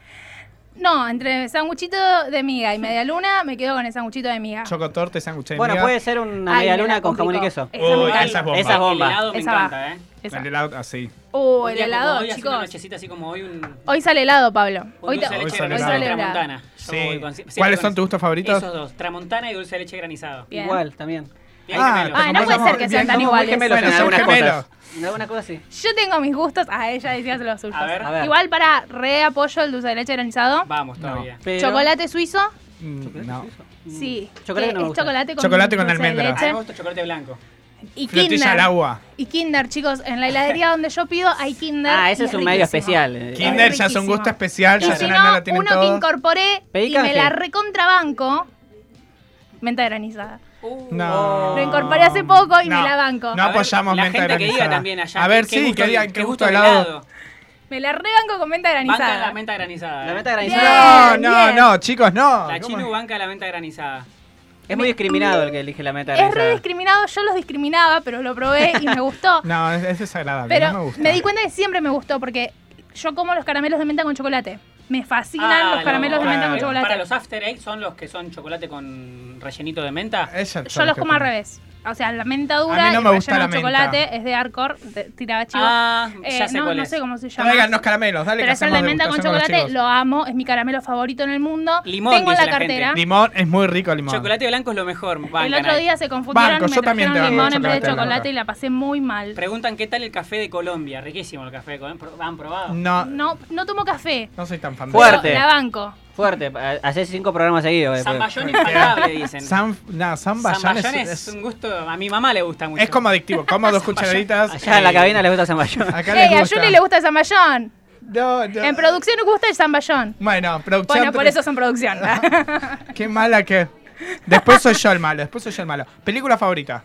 No, entre sanguchito de miga y media luna, me quedo con el sanguchito de miga. Chocotorte, sándwich de Bueno, miga. puede ser una Ay, media me la luna con jamón y complicó. queso. Esa me Uy, encanta. esa es bomba. Esa es bomba. El helado me Esa va. encanta, ¿eh? Esa. El helado así. Uh, Un el día como helado, hoy, haciendo una chicos. nochecita así como hoy un... Hoy sale helado, Pablo. un Hoy, dulce to- de hoy leche sale granizado helado. tramontana. Yo Sí. voy con- siempre ¿Cuáles con son eso. tus gustos favoritos? Esos dos, tramontana y dulce de leche granizado. Bien. Igual, también. Bien Ah, gemelos. Ay, no puede ser que Bien, sean tan somos muy iguales. gemelos. Bueno, en son algunas gemelos. cosas. En algunas cosas sí. Yo tengo mis gustos. Ah, ella decía los suyos. A ver. A ver. Igual para re apoyo el dulce de leche granizado. Vamos todavía. Pero- Chocolate suizo. Mm, No. Sí. Chocolate que no me es gusta. chocolate con, Chocolate con dulce de almendra. A mí leche. me gusta chocolate blanco. Y Flotilla al Kinder. agua. Y Kinder, chicos. En la heladería donde yo pido hay Kinder. Ah, ese y es un medio riquísimo. especial. eh. Kinder ya es un riquísimo. gusto especial. Y Ya si no, no no, la tienen uno que todos. incorporé Pedí y me la canje. recontrabanco. Menta granizada. No. Lo incorporé hace poco y No. me la banco. No A ver, apoyamos la menta gente que diga granizada. también A allá, ¿qué- ver, qué sí, gusto- que digan qué gusto de helado. Me la rebanco con menta Banca granizada. la menta granizada. La eh. meta granizada. No, Bien, no, bien. no, chicos, no. La Ah, ¿Cómo? Chinu banca la menta granizada. Es muy discriminado el que elige la meta es re granizada. discriminado, yo los discriminaba, pero lo probé y me gustó. *laughs* No, es, es desagradable. pero no me gusta. di cuenta que siempre me gustó porque yo como los caramelos de menta con chocolate. Me fascinan Ah, los caramelos de claro. menta con chocolate. Para los after eight son los que son chocolate con rellenito de menta. Ella yo sabe los qué como al comer. revés. O sea, la menta A dura mí no y me gusta relleno la de menta. chocolate es de Arcor, de, tiraba chivo. Ah, Eh, ya sé no, cuál no es. sé cómo se llama. Traigan los caramelos, dale Pero que es el de hacemos menta con degustación los chocolate, chicos. lo amo, es mi caramelo favorito en el mundo. Limón, Tengo en dice la la cartera. gente. Limón es muy rico el limón. Chocolate blanco es lo mejor. el bancan otro ahí. día se confundieron, Banco, me yo también trajeron te limón banco en vez de chocolate en la chocolate boca. y la pasé muy mal. Preguntan qué tal el café de Colombia. Riquísimo el café de Colombia. ¿Han probado? No, no, No, no tomo café. soy tan fan. de- Fuerte. Pero la banco. Fuerte. Hace cinco programas seguidos. eh, Zamballón impagable, dicen. San, no, San Bayán Zamballón es, es, es, un gusto. A mi mamá le gusta mucho. es como adictivo. *laughs* Como dos cucharaditas. Allá en la eh, cabina les gusta Zamballón. Acá Ey, les a gusta. Juli le gusta el zamballón. No, no. En producción nos gusta el zamballón. Bueno, producción. Bueno, por eso son producción. *laughs* Qué mala que. Después soy yo el malo, después soy yo el malo. Película favorita.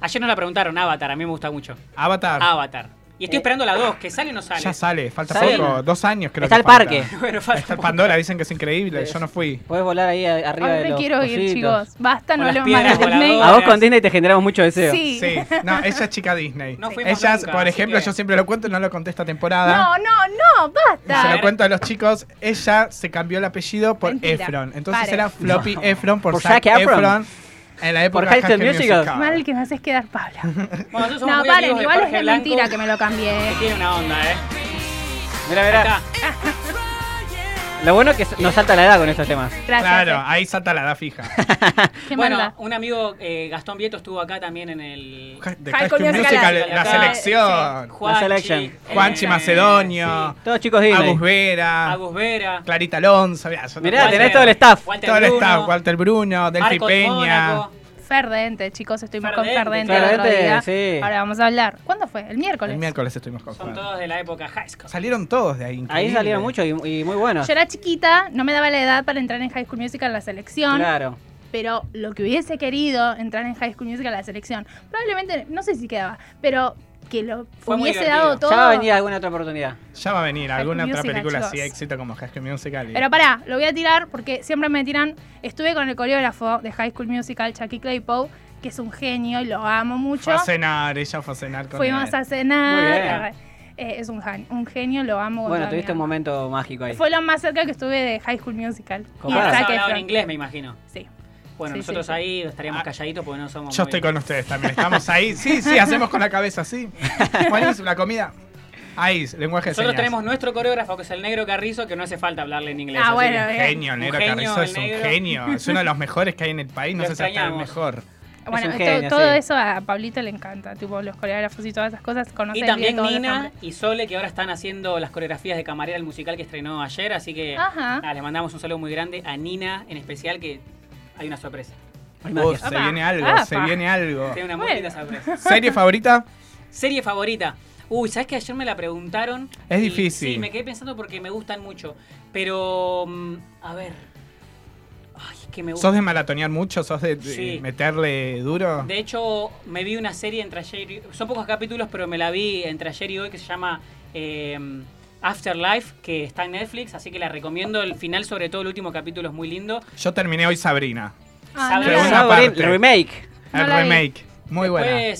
Ayer nos la preguntaron, Avatar. A mí me gusta mucho. Avatar. Avatar. Y estoy esperando la 2, que sale o no sale. Eh, Ya sale, falta Sale. poco, dos años creo Está que el falta. parque. *laughs* Bueno, *laughs* falta Está el poco. Pandora, dicen que es increíble, Sí. yo no fui. Puedes volar ahí a- arriba Ahora de los quiero ir, cositos. chicos. Basta, Con no las lo piedras mandes voladoras. A vos con Disney te generamos mucho deseo. Sí. No, ella es chica Disney. No fuimos Ella, nunca, por así ejemplo, que- yo siempre lo cuento, no lo conté esta temporada. No, no, no, Se basta. lo cuento a los chicos. Ella se cambió el apellido por Mentira. Efron. Entonces Pare. era Floppy Efron por, Por Zac Zac Efron. Efron. En la época Por High de School High School Musical. Musical. Mal que me haces quedar, Paula. Bueno, nosotros *laughs* somos No, muy paren, amigos de igual es Jorge de Blanco, mentira que me lo cambié. que tiene una onda, ¿eh? Mira, Acá. mira. Lo bueno es que nos salta la edad con estos temas. Gracias. Claro, eh. ahí salta la edad *laughs* fija. Qué bueno, maldad. un amigo, eh, Gastón Vieto, estuvo acá también en el... De High High School School Musical, Musical, la acá, selección. Juanchi, Selection. eh, Juanchi Macedonio, Todos chicos Disney. Agus Vera, Agus Vera. Clarita Alonso. mirá, son Mirá, todos- tenés todo el staff. Walter todo el Bruno, staff. Walter Bruno, Delphi Marcos Peña. Mónaco. Ferdente, chicos, estuvimos Ferdente, con Ferdente, el otro Ferdente, día. sí. Ahora vamos a hablar. ¿Cuándo fue? El miércoles. El miércoles estuvimos con Son Juan. todos de la época high school. Salieron todos de ahí. Ahí increíble. salieron muchos y, y muy buenos. Yo era chiquita, no me daba la edad para entrar en High School Musical a la selección, Claro. pero lo que hubiese querido entrar en High School Musical a la selección, probablemente, no sé si quedaba, pero que lo Fue muy hubiese divertido. dado todo. Ya va a venir alguna otra oportunidad. Ya va a venir High alguna School otra Musical, película así chicos. éxito como High School Musical. y- Pero pará, lo voy a tirar porque siempre me tiran. Estuve con el coreógrafo de High School Musical, Chucky Claypool, que es un genio y lo amo mucho. fue a cenar, ella fue a cenar con Fuimos él. a Muy cenar. bien. Eh, es un, gen- un genio, lo amo. con Bueno, toda tuviste mi un alma. momento mágico ahí. Fue lo más cerca que estuve de High School Musical. Y Copado. de Habrás Zac hablado en Efron. inglés, me imagino. Sí. Bueno, Sí, nosotros sí, sí. ahí estaríamos Ah, calladitos porque no somos Yo muy- estoy con ustedes también. *laughs* Estamos ahí. Sí, sí, hacemos con la cabeza, sí. Ponemos la comida. Ahí, lenguaje de Nosotros señas. tenemos nuestro coreógrafo, que es el negro Carrizo, que no hace falta hablarle en inglés. Ah, así bueno, que- bien. Genio, Nero Un genio, Carrizo es el un negro. genio. Es uno de los mejores que hay en el país. No Lo sé si hasta el extrañamos. mejor. Bueno, un to- genio, todo sí. eso a Pablito le encanta, tipo los coreógrafos y todas esas cosas, conoce Y bien también todos los Nina nombres. y Sole, que ahora están haciendo las coreografías de camarera el musical que estrenó ayer. Así que Ajá. nada, les Ah, mandamos un saludo muy grande a Nina en especial, que hay una sorpresa. Hay Oh, magia. se Apa. viene algo, Apa. se viene algo. Tiene una muy Bueno. linda sorpresa. ¿Serie favorita? Serie favorita. Uy, ¿sabes que ayer me la preguntaron? Es Y difícil. Sí, me quedé pensando porque me gustan mucho. Pero, mm, a ver. Ay, es que me ¿Sos gusta. de maratonear mucho? ¿Sos de, de Sí. meterle duro? De hecho, me vi una serie entre ayer y... Son pocos capítulos, pero me la vi entre ayer y hoy que se llama eh, Afterlife, que está en Netflix, así que la recomiendo. El final, sobre todo el último capítulo, es muy lindo. Yo terminé hoy Sabrina. Ah, no, Pero no, una no. Ah, bueno, parte. el remake. No el la vi. remake. Muy Después,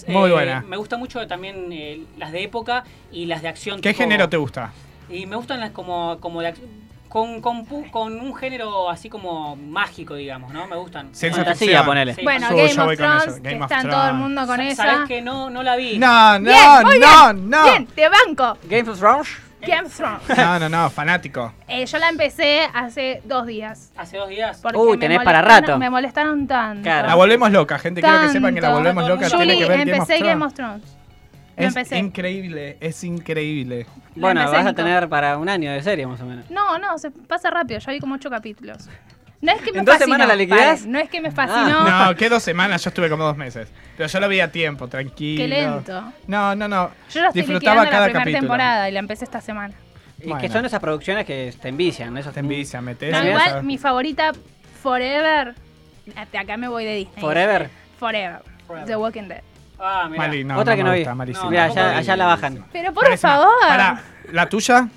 buena. Muy eh, buena. Me gusta mucho también eh, las de época y las de acción. ¿Qué tipo- género te gusta? Y me gustan las como, como de ac- con, con, pu- con un género así como mágico, digamos, ¿no? Me gustan. Ciencia Fantasía, ficción. ponele. Sí. Bueno, Suyo, Game of voy con eso, Thrones, que Game of está todo el Thrones. mundo con Sa- esa. ¿Sabés que no, no la vi? No, no, Bien, muy no, bien. no. Bien, te banco. Game of Thrones. Game of Thrones. No, no, no, fanático. Eh, yo la empecé hace dos días. Hace dos días. porque Uy, me tenés molestaron- para rato. Me molestaron tanto. Claro. La volvemos loca, gente. Ah, Quiero que sepan que la Tanto. volvemos loca. Juli, Tiene que ver Game of empecé Game Thrones. of Thrones. Lo Es empecé. increíble, es increíble. Bueno, empecé, vas a Nico. tener para un año de serie más o menos. No, no, se pasa rápido. Ya vi como ocho capítulos. No es que me ¿En dos fascinó, semanas la liquidás? Ah. paren, no es que me fascinó. No, que dos semanas, yo estuve como dos meses. Pero yo lo vi a tiempo, tranquilo. Qué lento. No, no, no. Yo la estoy Disfrutaba liquidando la cada primera capítulo. temporada y la empecé esta semana. Y Bueno. que son esas producciones que te envician. Esos Te envidia, metés. No, Sí, igual mi favorita forever. Hasta acá me voy de Disney. Forever. Forever. The Walking Dead. Ah, mirá. Mali, no, Otra no que me no vi. gusta, malísima. No, Mirá, tampoco allá, vi. allá la bajan. Pero por Malísima. favor. Pará, ¿la tuya?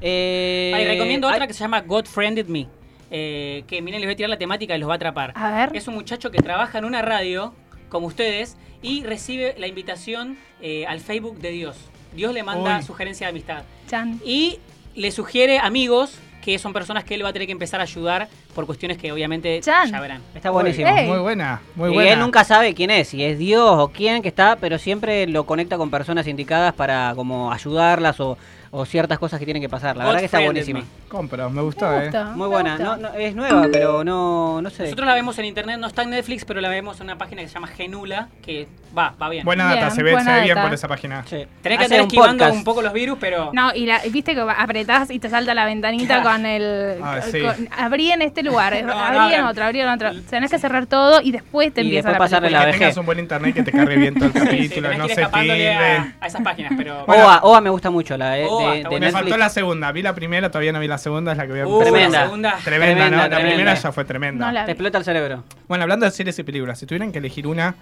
Eh, Ay, recomiendo otra ay, que se llama God Friended Me. eh, que miren, les voy a tirar la temática y los va a atrapar. A ver. Es un muchacho que trabaja en una radio, como ustedes, y recibe la invitación eh, al Facebook de Dios. Dios le manda Uy. sugerencia de amistad. Chan. Y le sugiere amigos que son personas que él va a tener que empezar a ayudar por cuestiones que obviamente Chan. ya verán. Está buenísimo. Eh. Ey. Muy buena, muy Y buena. él nunca sabe quién es, si es Dios o quién que está, pero siempre lo conecta con personas indicadas para como ayudarlas o, o ciertas cosas que tienen que pasar. La God verdad que está Friended buenísima. Me. Compro, me gustó, Me eh. gusta. Muy me buena. gusta. No, no, es nueva, pero no, no sé. Nosotros la vemos en internet, no está en Netflix, pero la vemos en una página que se llama Genula, que va, va bien. Buena data, Bien, se ve, se buena ve bien data. por esa página. Sí. Tenés que Hace andar un esquivando podcast. un poco los virus, pero *laughs* No, y la, viste que apretás y te salta la ventanita con el. Ah, con- sí. abrí en este lugar, *laughs* No, no, abrí en no. otro, abrí en otro. Tenés que cerrar todo y después te Y empieza después la pasarle película. la que vejez. tengas un buen internet que te cargue bien *laughs* todo el sí, capítulo, tenés no que ir se escapándole a, tilden. a esas páginas, *laughs* pero Oa, Oa me gusta mucho, la de, Oa, de- está de buena. Me faltó Netflix. la segunda, vi la primera, todavía no vi la segunda, es la que voy a Uh, empezar. Tremenda. la segunda. Tremenda, Tremenda, ¿no? La tremenda. primera ya fue tremenda. No la Te vi. explota el cerebro. Bueno, hablando de series y películas, si tuvieran que elegir una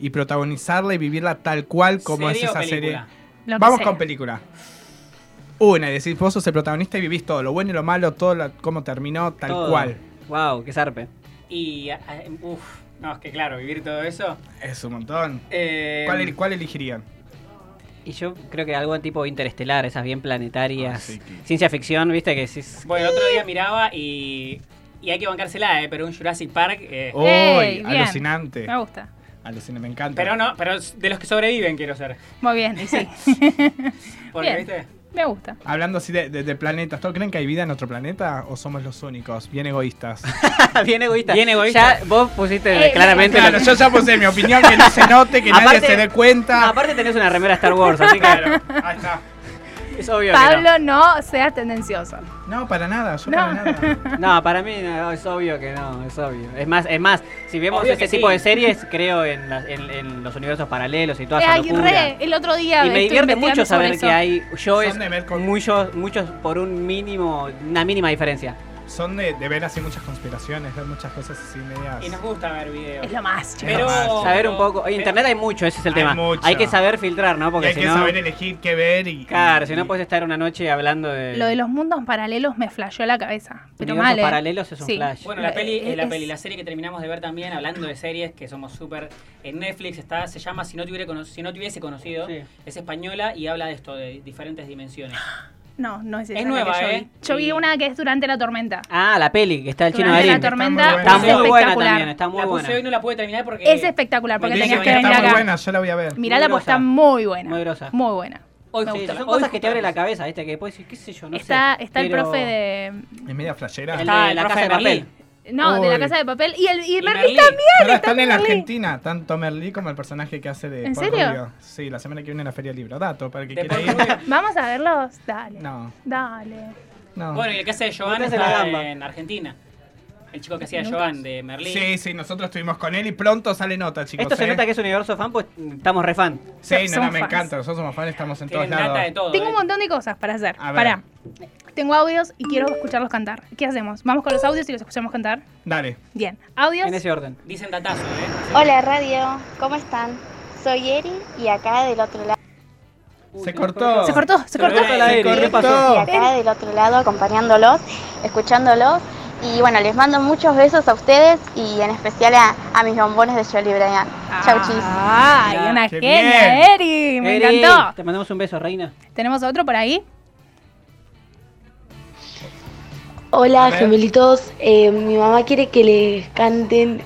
y protagonizarla y vivirla tal cual como Oh, es ¿Serie o esa serie. película? Lo que Vamos sea. con película. Una, y decís, vos sos el protagonista y vivís todo, lo bueno y lo malo, todo lo- cómo terminó, tal Todo. cual. Wow, qué zarpe. Y. a- a- Uf, no, es que claro, vivir todo eso. Es un montón. Eh, ¿Cuál, el- cuál elegirían? Y yo creo que algo tipo interestelar, esas bien planetarias. Ah, sí, que- Ciencia ficción, viste que es. Bueno, el otro día miraba y. Y hay que bancársela, eh, pero un Jurassic Park. eh, ¡Uy! Ey, bien. alucinante. Me gusta. Alucinante, me encanta. Pero no, pero de los que sobreviven quiero ser. Muy bien, y *laughs* sí. Porque, Bien. ¿viste? Me gusta. Hablando así de, de- de planetas, ¿todos creen que hay vida en otro planeta o somos los únicos? Bien egoístas. *laughs* bien egoísta. Bien egoísta. Ya vos pusiste Eh, claramente. Claro, lo- yo ya puse mi opinión, que no se note, que nadie Aparte- se dé cuenta. Aparte tenés una remera Star Wars, así que Claro, ahí está. es obvio que Pablo, no seas tendencioso. No, para nada, yo No. para nada. no. No, para mí no, es obvio que no, es obvio. Es más, es más, si vemos Obvio ese que sí. tipo de series, creo en, las- en- en los universos paralelos y toda esa Ay, locura. Eh, re, el otro día Y estuve me divierte investigando mucho saber sobre que eso. hay shows Son de ver con- muchos, muchos por un mínimo, una mínima diferencia. Son de, de ver así muchas conspiraciones, ver muchas cosas así medias. Y nos gusta ver videos. Es lo más, chicos. Pero. Saber un poco. En pero- internet hay mucho, ese es el Hay tema. mucho. Hay que saber filtrar, ¿no? Y Porque hay si que no. saber elegir qué ver y. Claro, si y- no pues, puedes estar una noche hablando de. Lo de los mundos paralelos me flasheó la cabeza. Pero universos mal, ¿eh? paralelos es un Sí. flash. Bueno, la Lo- peli, eh, la es- peli, la serie que terminamos de ver también, hablando de series que somos súper en Netflix, está, se llama Si no te hubiera cono- si no te hubiese conocido, Sí. es española y habla de esto, de diferentes dimensiones. No, no es esa Es la que nueva, yo vi. ¿eh? Yo vi Y- una que es durante la tormenta. Ah, la peli, que está el chino Durante Darín. la tormenta Está Está es muy muy buena también, espectacular. está muy la puse buena. hoy no la pude terminar porque Es espectacular porque Me Dicen tenías tenés que que venir está muy acá. buena, yo la voy a ver. Mirala porque grosa. está muy buena. Muy grosa. Muy buena. hoy me Sí, gusta. son hoy cosas que justo te abre la la puse. cabeza, ¿viste? Que después, qué sé yo, no está sé. está el pero- profe de. Es media flashera. El Está de el la profe casa de de Merlín. papel. No, de la Uy. casa de papel. Y el y, Y Merlí Merlí. también. está Ahora están en la Merlí. Argentina, tanto Merlí como el personaje que hace de ¿En Paul serio? Rubio. Sí, la semana que viene en la Feria del Libro. Dato, para el que De quiera Paul ir. Rubio. Vamos a verlos. Dale. No, Dale. no. Bueno, y el que hace de Joan Botas de la está gamba. en Argentina. El chico que hacía Joan de Merlín. Sí, sí, nosotros estuvimos con él y pronto sale nota, chicos. Esto se ¿eh? nota que es universo fan, pues estamos re fan. Sí, no, no, Somos me fans. encanta. Nosotros somos fans, estamos en todos Tienen data de lados. todo. Tengo ¿eh? un montón de cosas para hacer. A ver. Pará. Tengo audios y quiero escucharlos cantar. ¿Qué hacemos? ¿Vamos con los audios y los escuchamos cantar? Dale. Bien. Audios. En ese orden. Dicen datazo, ¿eh? Hola radio, ¿cómo están? Soy Eri y acá del otro lado. se cortó. Se cortó, se Se cortó cortó. el aire, ¿qué cortó. pasó? Y acá del otro lado acompañándolos, escuchándolos. Y bueno, les mando muchos besos a ustedes y en especial a, a mis bombones de Jolie Bryan. Chau chis. Ay, Ya, Ah, una qué genia, Eri. Me Eri, encantó. Te mandamos un beso, reina. ¿Tenemos otro por ahí? A Hola ver. gemelitos, É, Eh, mi mamá quiere que les canten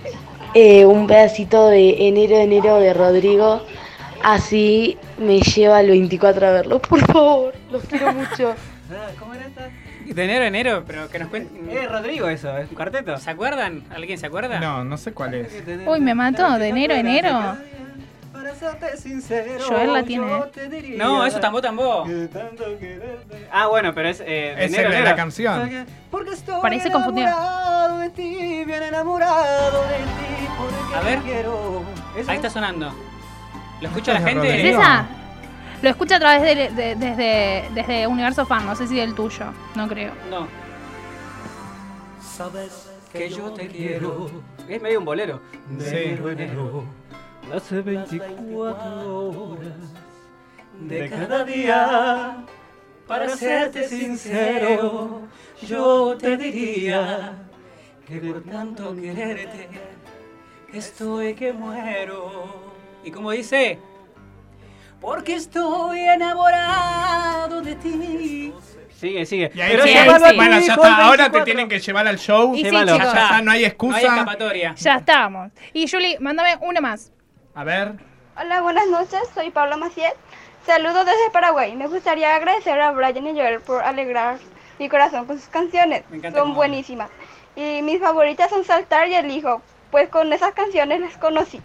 eh, un pedacito de enero, enero de Rodrigo, así me lleva al 24 a verlo, por favor, los quiero mucho. ¿Cómo era esta? Eh, De enero a enero, pero que nos cuenten. Rodrigo eso, es un cuarteto. ¿Se acuerdan? ¿Alguien se acuerda? No, no sé cuál es. Uy, me mató, de enero a enero. Para serte sincero, Joel la tiene, yo ¿eh? te diría No, eso tampoco tampoco. que tanto quererte- Ah, bueno, pero es eh, Esa de enero a es la, enero. la canción. Porque estoy Parece confundido. enamorado de ti, bien enamorado de ti, porque A te ver. quiero. ¿Eso Ahí es? está sonando. ¿Lo escucha la Esto es gente? ¿Es Rodrigo. esa? Lo escucho a través de, de- desde, desde Universo Fan, no sé si del tuyo, no creo. No. Sabes Que yo te quiero. Es medio un bolero. Sí. Hace 24 horas de cada día. Para serte sincero, yo te diría que por tanto quererte estoy que muero. ¿Y cómo dice? Porque estoy enamorado de ti. Sigue, sigue. Y ahí Pero sí, se- ahí llévalo a tu Bueno, ya hijo al está. Ahora te 24. tienen que llevar al show. Y sí, Llévalo. Ya chicos, está, no hay No hay excusa. escapatoria. ya estamos. Y Julie, mándame una más. A ver. Hola, buenas noches, soy Pablo Maciel. Saludos desde Paraguay. Me gustaría agradecer a Brian y Joel por alegrar mi corazón con sus canciones. Me encanta Son cómo buenísimas. Y mis favoritas son Saltar y El Hijo, pues con esas canciones les conocí.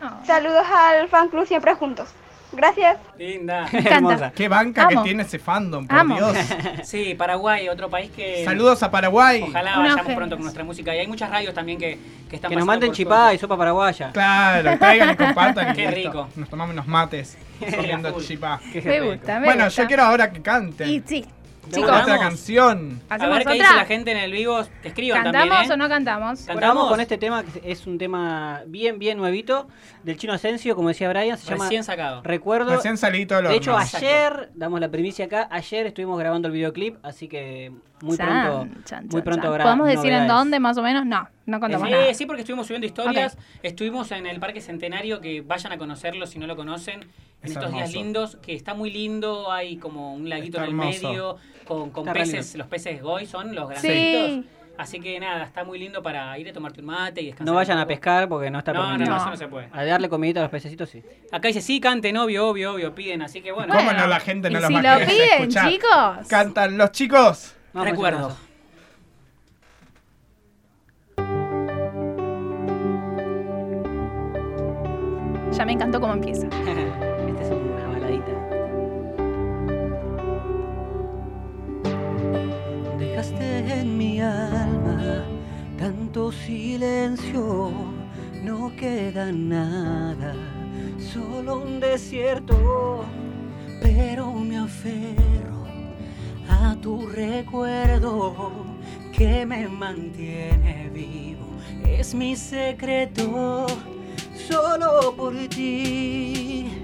Oh. Saludos al fan club siempre juntos. Gracias. Linda. Me encanta. Hermosa. Qué banca Amo. que tiene ese fandom, por Amo. Dios. *laughs* Sí, Paraguay, otro país que. Saludos a Paraguay. Ojalá Unos vayamos genios. pronto con nuestra música. Y hay muchas radios también que, que están Que nos pasando manden por chipá y suerte. sopa paraguaya. Claro, traigan y compartan. y Qué listo. rico. Nos tomamos unos mates Sí, a comiendo full. chipá. Qué Me rico. gusta, me Bueno, gusta. yo quiero ahora que canten. Y sí, Chicos, otra canción. A ¿Hacemos ver qué dice otra? la gente en el vivo. Que escriban ¿Cantamos también. ¿eh? o no cantamos? Cantamos con este tema, que es un tema bien, bien nuevito, del chino Asensio, como decía Brian, se llama Recién sacado. Recuerdo. Recién salido del De hecho, horno. ayer, damos la primicia acá, ayer estuvimos grabando el videoclip, así que muy Chan, pronto, chan, muy chan, pronto chan. habrá ¿Podemos decir en novedades. dónde más o menos? No, no Eh, contamos sí, nada. sí, porque estuvimos subiendo historias. Estuvimos en el Parque Centenario, que vayan a conocerlo si no lo conocen. Es En estos días hermoso. lindos, que está muy lindo, hay como un laguito Está en el hermoso. medio, con, con Está re peces, lindo. los peces goy son los Sí. granditos. Así que nada, está muy lindo para ir a tomarte un mate y descansar. No un vayan a poco. pescar porque no está No, no, permitido. no, eso no se puede. A darle comidita a los pececitos, sí. Acá dice, sí, canten, obvio, obvio, obvio, piden, así que bueno. ¿Cómo no la gente no y los si va a lo querer piden, escuchar? chicos. Cantan los chicos. Vamos, Recuerdo. Ya me encantó cómo empieza. *laughs* Esta es una baladita. Dejaste en mi alma tanto silencio, no queda nada, solo un desierto, pero me aferro a tu recuerdo que me mantiene vivo, es mi secreto, solo por ti.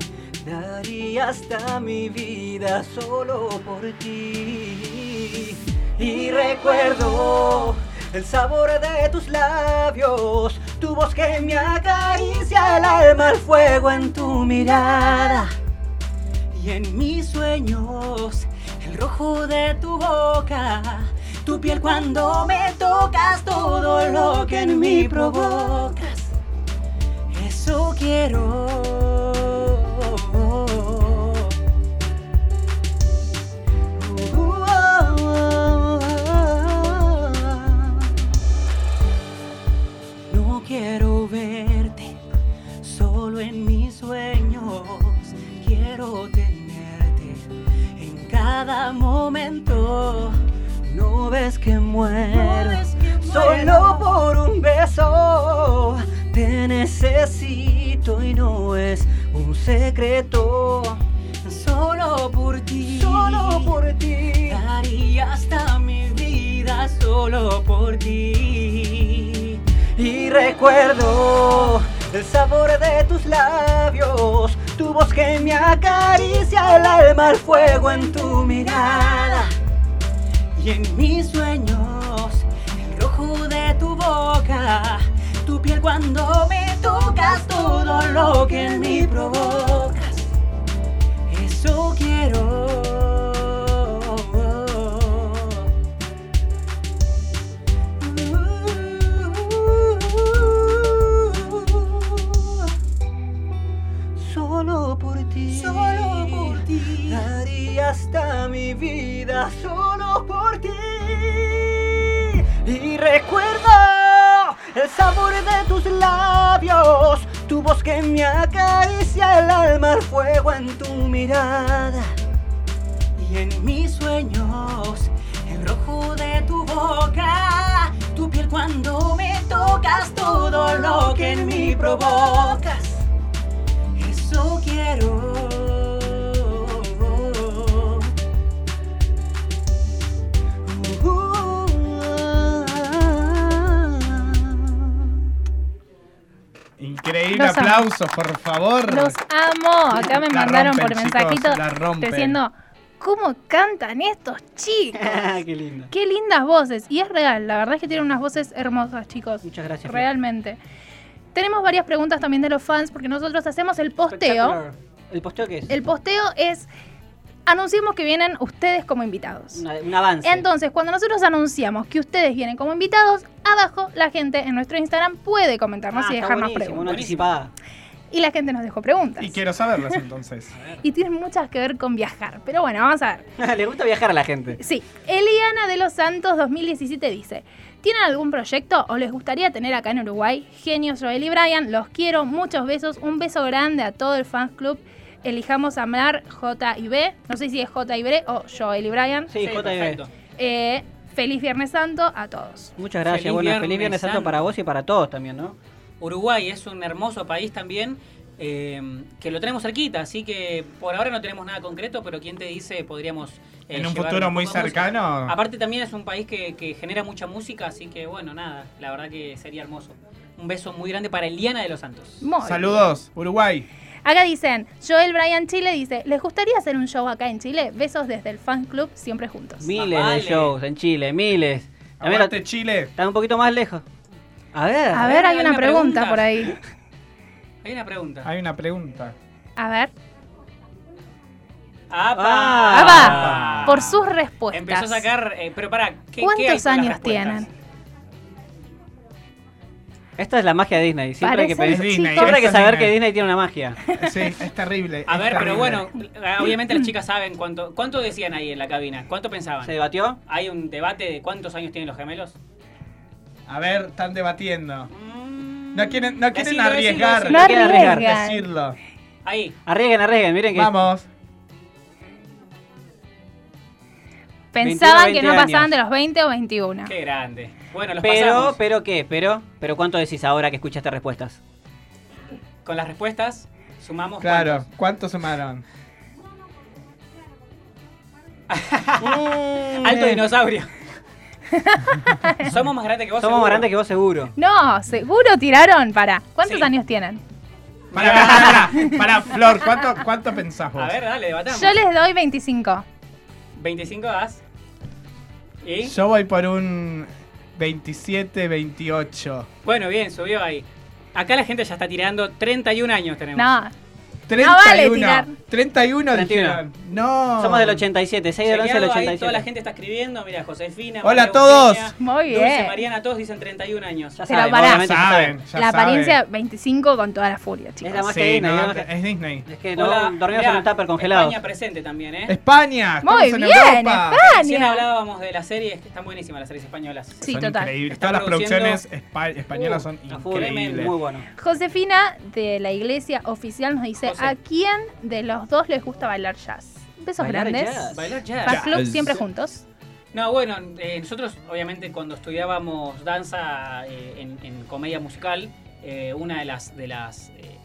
Daría hasta mi vida solo por ti. Y recuerdo el sabor de tus labios, tu voz que me acaricia el alma, el fuego en tu mirada. Y en mis sueños, el rojo de tu boca, tu piel cuando me tocas, todo lo que en mí provocas. Eso quiero. No quiero verte solo en mis sueños, quiero tenerte en cada momento. No ves que muero, solo por un beso. Te necesito y no es un secreto. Solo por ti, solo por ti. Daría hasta mi vida solo por ti. Y recuerdo el sabor de tus labios, tu voz que me acaricia el alma, el fuego en tu mirada. Y en mis sueños, el rojo de tu boca, tu piel cuando me tocas, todo lo que en mí provocas. Eso quiero. Solo por ti, solo por ti, daría hasta mi vida solo por ti. Y recuerdo el sabor de tus labios, tu voz que me acaricia el alma, el fuego en tu mirada. Y en mis sueños, el rojo de tu boca, tu piel cuando me tocas, todo lo que en mí provocas. Eso quiero. Increíble Los amo. aplauso, por favor. Los amo. Acá me La mandaron por rompen, mensajito chicos, la rompen. diciendo cómo cantan estos chicos. *laughs* Ah, Qué lindo. Qué lindas voces. Y es real, la verdad es que tienen unas voces hermosas, chicos. Muchas gracias. Flor. Realmente. Tenemos varias preguntas también de los fans porque nosotros hacemos el posteo. Espectacular. ¿El posteo qué es? El posteo es anunciamos que vienen ustedes como invitados. Una- un avance. Entonces, cuando nosotros anunciamos que ustedes vienen como invitados, abajo la gente en nuestro Instagram puede comentarnos Ah, y está dejarnos buenísimo, una preguntas. anticipada. Y la gente nos dejó preguntas. Y quiero saberlas *laughs* entonces. Eh, Y tienen muchas que ver con viajar. Pero bueno, vamos a *laughs* ver. Le gusta viajar a la gente. Sí, Eliana de los Santos 2017 dice, ¿tienen algún proyecto o les gustaría tener acá en Uruguay? Genios Joel y Brian, los quiero, muchos besos, un beso grande a todo el fan club. Elijamos amar J y B, no sé si es J y B o Joel y Brian. Sí, J y B. perfecto. Eh, feliz Viernes Santo a todos. Muchas gracias. Feliz bueno, Viernes feliz Viernes Santo Santo. para vos y para todos también, ¿no? Uruguay es un hermoso país también eh, que lo tenemos cerquita, así que por ahora no tenemos nada concreto, pero quién te dice podríamos... eh, En un llevar futuro poco muy de música. cercano. Aparte también es un país que, que genera mucha música, así que bueno, nada, la verdad que sería hermoso. Un beso muy grande para Eliana de los Santos. Muy bien. Saludos, Uruguay. Acá dicen, Joel Bryan Chile dice, ¿les gustaría hacer un show acá en Chile? Besos desde el fan club, siempre juntos. Miles vale. de shows en Chile, miles. Aguante, Chile. Están un poquito más lejos. A ver. A ver, hay una pregunta por ahí. Hay una pregunta. Hay una pregunta. A ver. Ah, ¡Apa! ¡Apa! Por sus respuestas. Empezó a sacar, eh, pero pará, ¿qué- ¿qué, hay ¿Cuántos con las años respuestas? tienen? Esta es la magia de Disney. Siempre hay que, Eh, Parecen pedir- Disney, siempre hay que esto es saber Disney. que Disney tiene una magia. *laughs* Sí, es terrible. A es ver, pero terrible. bueno, obviamente las chicas saben cuánto cuánto decían ahí en la cabina, cuánto pensaban. ¿Se debatió? ¿Hay un debate de cuántos años tienen los gemelos? A ver, están debatiendo. No quieren, no quieren Mm, Decilo, arriesgar. decilo, decilo. No quieren arriesgan. Decirlo. Ahí. Arriesguen, arriesguen, miren que. Vamos. Pensaban 21, que no 20 pasaban años. de los 20 o 21. Qué grande. Bueno, los Ah. Pero, pasamos pero qué, pero, pero cuánto decís ahora que escuchaste respuestas. con las respuestas, sumamos Claro, ¿cuántos sumaron? cuántos. Alto *laughs* dinosaurio. Somos más grandes que vos. Somos más grandes que vos seguro. No, seguro tiraron. Para. ¿Cuántos años tienen? *laughs* Pará, pará, pará, pará, Flor, ¿cuánto, cuánto pensás vos? A ver, dale, debatamos. Yo les doy 25. 25 das. ¿Y? Yo voy por un 27, 28. Bueno, bien, subió ahí. Acá la gente ya está tirando 31 años tenemos. No. 31. vale tirar. 31, 31. dijeron. No. Somos del 87, 6 del 11 del Chequeado, ahí 87. toda la gente está escribiendo, mira, Josefina. Hola María a todos. Eugenia, Muy Dulce, bien. Mariana, todos dicen 31 años. Pero saben, pará. obviamente ya saben, la ya saben. apariencia 25 con toda la furia, chicos. Es la magia Sí, de Disney. no, es la magia- es Disney. Es que Hola, no, dormimos mirá, en un tupper congelado. España presente también, ¿eh? España, estamos Muy en bien, Europa. España. Recién hablábamos de las series, que están buenísimas las series españolas. Sí, Son total. increíbles. Están Todas las produciendo- producciones espa- españolas son Uh, a full. increíbles. Muy bueno. Josefina de la iglesia oficial nos dice, ¿a quién de los dos les gusta bailar jazz? Besos Bailar grandes. jazz. Bailar jazz. Fan club Jazz. siempre juntos. No, bueno, eh, nosotros obviamente cuando estudiábamos danza eh, en, en comedia musical, eh, una de las de las eh,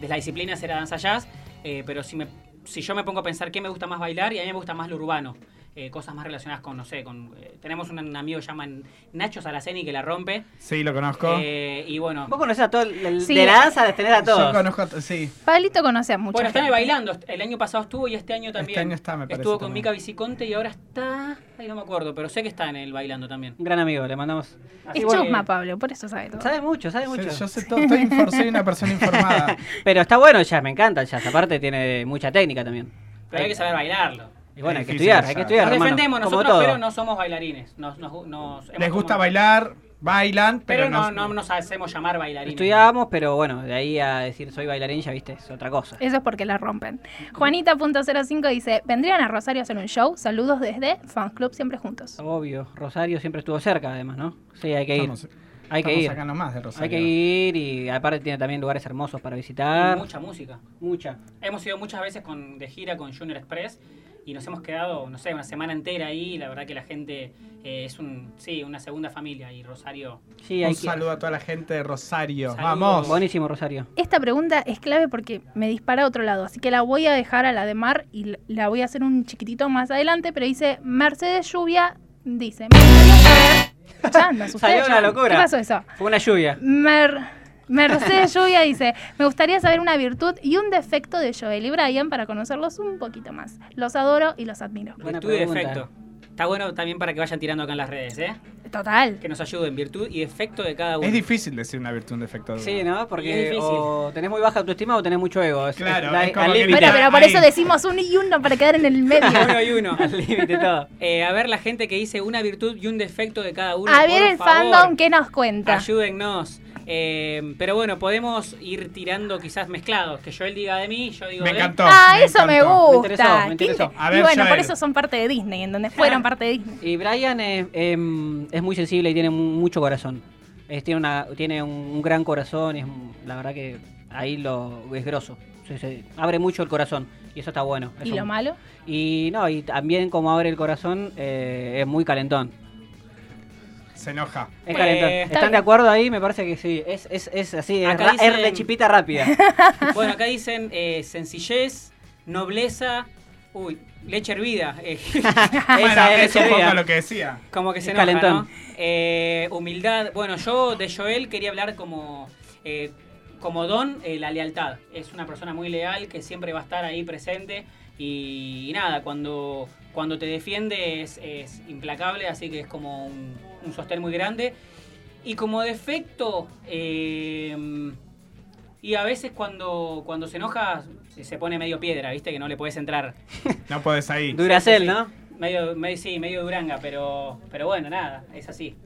de las disciplinas era danza jazz, eh, pero si me si yo me pongo a pensar qué me gusta más bailar y a mí me gusta más lo urbano, eh, cosas más relacionadas con no sé, con eh, tenemos un, amigo que se llama Nacho Saraceni que la rompe Sí, lo conozco. eh, y bueno, Vos conocés a todo el, el- Sí. de la danza, de tener a todos. Yo conozco, a- sí. Pablito conoce a muchos. bueno, está en el bailando, el año pasado estuvo y este año también. Este año está, me parece. Estuvo con también. Mica Viciconte y ahora está, ay, no me acuerdo, pero sé que está en el bailando también. Un gran amigo, le mandamos. Así Es bueno, chusma, Pablo, por eso sabe todo. Sabe mucho, sabe mucho. Yo sé todo, estoy infor- soy una persona *laughs* informada. Pero está bueno el jazz, me encanta el jazz. Aparte tiene mucha técnica también. Pero hay que saber bailarlo. Y bueno, hay que Difícil estudiar, el hay que jazz. estudiar. Nos hermano, defendemos como nosotros, todo. pero no somos bailarines. Nos, nos- nos hemos Les gusta como- bailar, bailan, pero, Pero, no, no nos hacemos llamar bailarines. Estudiábamos, pero bueno, de ahí a decir soy bailarín, ya viste, es otra cosa. Eso es porque la rompen. Juanita.05 dice, ¿vendrían a Rosario a hacer un show? Saludos desde Fan Club Siempre Juntos. Obvio, Rosario siempre estuvo cerca, además, ¿no? Sí, hay que ir. Estamos- hay que estamos ir. acá nomás de Hay Rosario. que ir y aparte tiene también lugares hermosos para Y visitar. mucha música. Mucha. Hemos ido muchas veces con, de gira con Junior Express y nos hemos quedado, no sé, una semana entera ahí. y La verdad que la gente eh, es un, sí, una segunda familia y Rosario. Sí, hay Un que- saludo a toda la gente de Rosario. Saludos. Vamos. Buenísimo, Rosario. Esta pregunta es clave porque me dispara a otro lado, así que la voy a dejar a la de Mar y la- la voy a hacer un chiquitito más adelante, pero dice Mercedes Lluvia, dice... Ya, me asusté, *laughs* Salió ya. una locura. ¿Qué pasó eso? Fue una lluvia. Mer- Mercedes Lluvia dice, me gustaría saber una virtud y un defecto de Joel y Brian para conocerlos un poquito más. Los adoro y los admiro. Buena virtud y pregunta. defecto. Está bueno también para que vayan tirando acá en las redes, ¿eh? Total. Que nos ayuden, virtud y defecto de cada uno. Es difícil decir una virtud, un defecto. de Sí, uno. ¿no? Y es Porque difícil. o tenés muy baja autoestima o tenés mucho ego. Es- Claro, es- da- es como *laughs* al que- límite. Bueno, pero por Ahí. eso decimos un y uno para quedar en el medio. *laughs* Uno y *laughs* uno. Al límite todo. Eh, a ver la gente que dice una virtud y un defecto de cada uno. A ver por Ah, el favor. fandom que nos cuenta. Ayúdennos. Eh, pero bueno, podemos ir tirando quizás mezclados. Que Joel diga de mí, yo digo Me ¿eh? de él. encantó. Ah, me eso me encantó. gusta. Me interesó, me Qué interesó. inter- A y ver, bueno, por Yael. eso son parte de Disney, en donde fueron parte de Disney. Y Brian es, em, es muy sensible y tiene mu- mucho corazón. Es- tiene una, tiene un, un gran corazón y es un- la verdad que ahí lo es grosso. Se, se abre mucho el corazón y eso está bueno. Es ¿Y lo un- malo? Y no, y también como abre el corazón eh, es muy calentón. Se enoja. Es calentón. Eh, ¿Están de acuerdo ahí? Me parece que sí. Es, es, es así, es, Acá ra- es dicen- de chipita *laughs* rápida. Bueno, acá dicen eh, sencillez, nobleza, uy, leche hervida. *laughs* eh. Bueno, Esa es leche un poco hervida. lo que decía. Como que se Es enoja, calentón. ¿no? Eh, humildad. Bueno, yo de Joel quería hablar como, eh, como don eh, la lealtad. Es una persona muy leal que siempre va a estar ahí presente. Y, nada, cuando, cuando te defiende es, es implacable, así que es como un, un sostén muy grande. Y como defecto, eh, y a veces cuando, cuando se enoja se- se pone medio piedra, ¿viste? Que no le puedes entrar. No podés ahí. Sí, sí, sí. Medio, medio, sí, medio duranga, pero, pero bueno, nada, es así.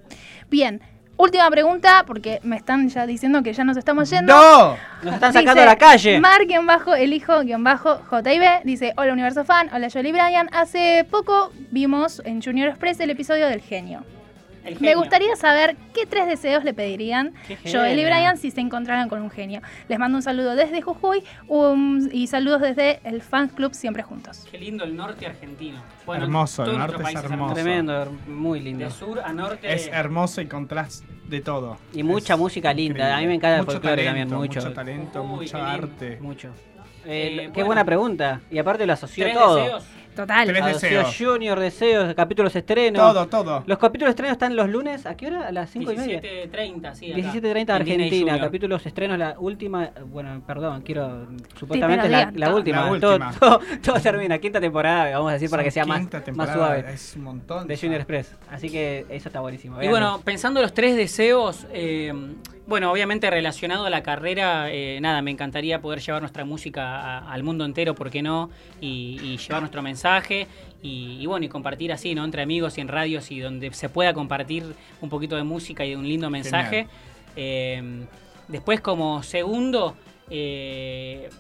Bien, última pregunta, porque me están ya diciendo que ya nos estamos yendo. ¡No! Nos están sacando a la calle. Mar, guión bajo, el hijo, guión bajo, JIB. Dice, hola Universo Fan, hola Jolie Bryan. Hace poco vimos en Junior Express el episodio del genio. El Me genio. gustaría saber qué tres deseos le pedirían Qué Joel y genio. Brian si se encontraran con un genio. Les mando un saludo desde Jujuy um, y saludos desde el fan club Siempre Juntos. Qué lindo el norte argentino. Hermoso, el todo norte nuestro es país hermoso. Tremendo, her- muy lindo. De sur a norte. Es hermoso y contraste de todo. Y mucha música linda. A mí me encanta el folclore también, mucho. talento, Uy, mucho qué lindo. arte. Mucho. Eh, qué bueno. buena pregunta. Y aparte lo asoció ¿Tres todo. deseos? Total. Tres Asoció deseos. Junior, deseos, capítulos estrenos. Todo, todo. Los capítulos estrenos están los lunes, ¿a qué hora? A las 5 y media. 17.30, sí. acá. 17.30 En Disney Argentina, Junior. capítulos estrenos, la última, bueno, perdón, quiero, supuestamente es la, digan la todo. última, La todo, última. todo- todo termina, quinta temporada, vamos a decir, para Son que sea más, quinta más temporada, suave, Es un montón. de Junior Express, así que eso está buenísimo. Y bueno, pensando los tres deseos, eh, bueno, obviamente relacionado a la carrera, eh, nada, me encantaría poder llevar nuestra música a- al mundo entero, ¿por qué no? Y, y llevar nuestro mensaje y, y bueno, y compartir así, ¿no? Entre amigos y en radios y donde se pueda compartir un poquito de música y de un lindo mensaje. Eh, después, como segundo, eh,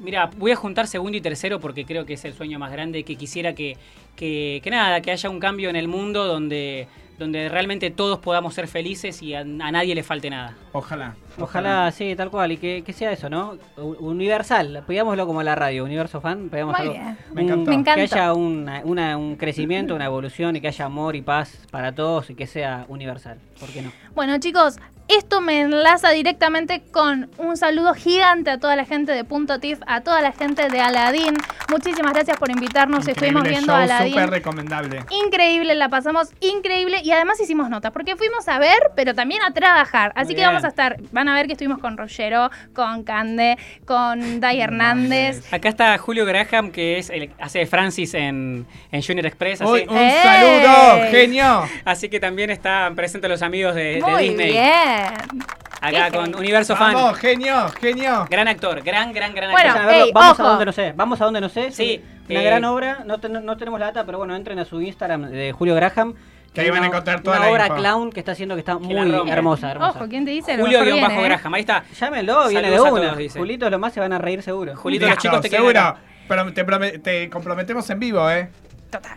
Mira, voy a juntar segundo y tercero porque creo que es el sueño más grande que quisiera que, que, que nada, que haya un cambio en el mundo donde, donde realmente todos podamos ser felices y a, a nadie le falte nada. Ojalá. Ojalá, sí, tal cual, y que, que sea eso, ¿no? U- Universal, pegámoslo como la radio, Universo Fan, pegamos Muy algo- bien. un- Me encantó. Me encantó. Que haya una- una- un crecimiento, una evolución, y que haya amor y paz para todos, y que sea universal, ¿por qué no? Bueno chicos, esto me enlaza directamente con un saludo gigante a toda la gente de Punto Tiff, a toda la gente de Aladín. Muchísimas gracias por invitarnos, Increíble estuvimos viendo show, a Aladín. Súper recomendable. Increíble, la pasamos increíble y además hicimos notas porque fuimos a ver, pero también a trabajar. Así Muy que bien. vamos a estar, van a ver que estuvimos con Rogero, con Cande, con Dai Hernández. Acá está Julio Graham, que es el, hace de Francis en, en Junior Express. así- Uy, un saludo, genio. Así que también están presentes los amigos de, de Muy Disney. bien. Acá Qué con genio. Universo Fan. Vamos, genio, genio. Gran actor, gran, gran, gran Bueno, actor. Vayan a verlo. ey, vamos ojo. a donde no sé, vamos a donde no sé. Sí, Una eh, gran obra, no, ten- no tenemos la data, pero bueno, entren a su Instagram de Julio Graham. Que ahí van a una- encontrar toda Una la obra info. clown que está haciendo que está muy la rompe. hermosa, hermosa. Ojo, ¿quién te dice? A lo mejor viene, ¿eh? Julio-Graham, ahí está. Llámenlo, viene de Saludos a una. todos, dice. Julito, los más se van a reír seguro. Julito, los Listo, chicos te quieren Seguro. acá. Pero te, prome- te comprometemos en vivo, ¿eh?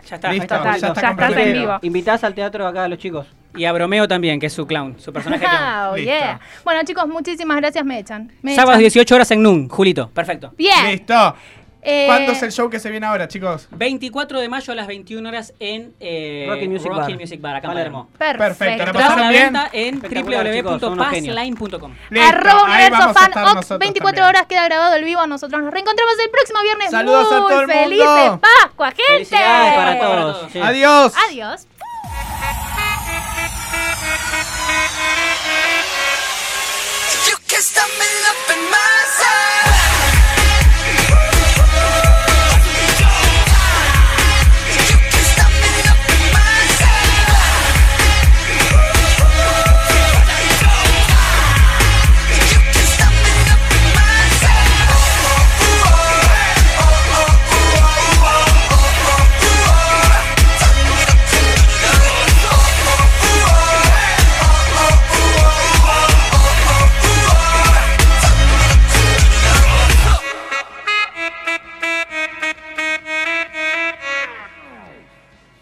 Ya Listo, está. Ahí ya está ya estás en comprometido. vivo. Invitás al teatro acá a los chicos. Y a Bromeo también, que es su clown, su personaje clown. Oh, Listo. yeah. Bueno chicos, muchísimas gracias, me echan. *laughs* Me Sábados echan. 18 horas en NUN, Julito. Perfecto. Bien. Listo. Eh, ¿Cuándo es el show que se viene ahora, chicos? 24 de mayo a las 21 horas en eh, Rocky Music Rocky Bar. Music Bar, acá en Palermo. Palermo. Perfecto, la Perfecto. Entradas a la pasaron bien. venta en Espectacular, chicos, son unos genios. www.passline.com. Listo, Arroba ahí Universo vamos a Fan estar Ox, nosotros 24 también. horas queda grabado el vivo. Nosotros nos reencontramos el próximo viernes. Saludos a Muy todo el mundo. felices Pascua, gente. Felicidades para todos. sí. Adiós. Adiós. You kissed a melody.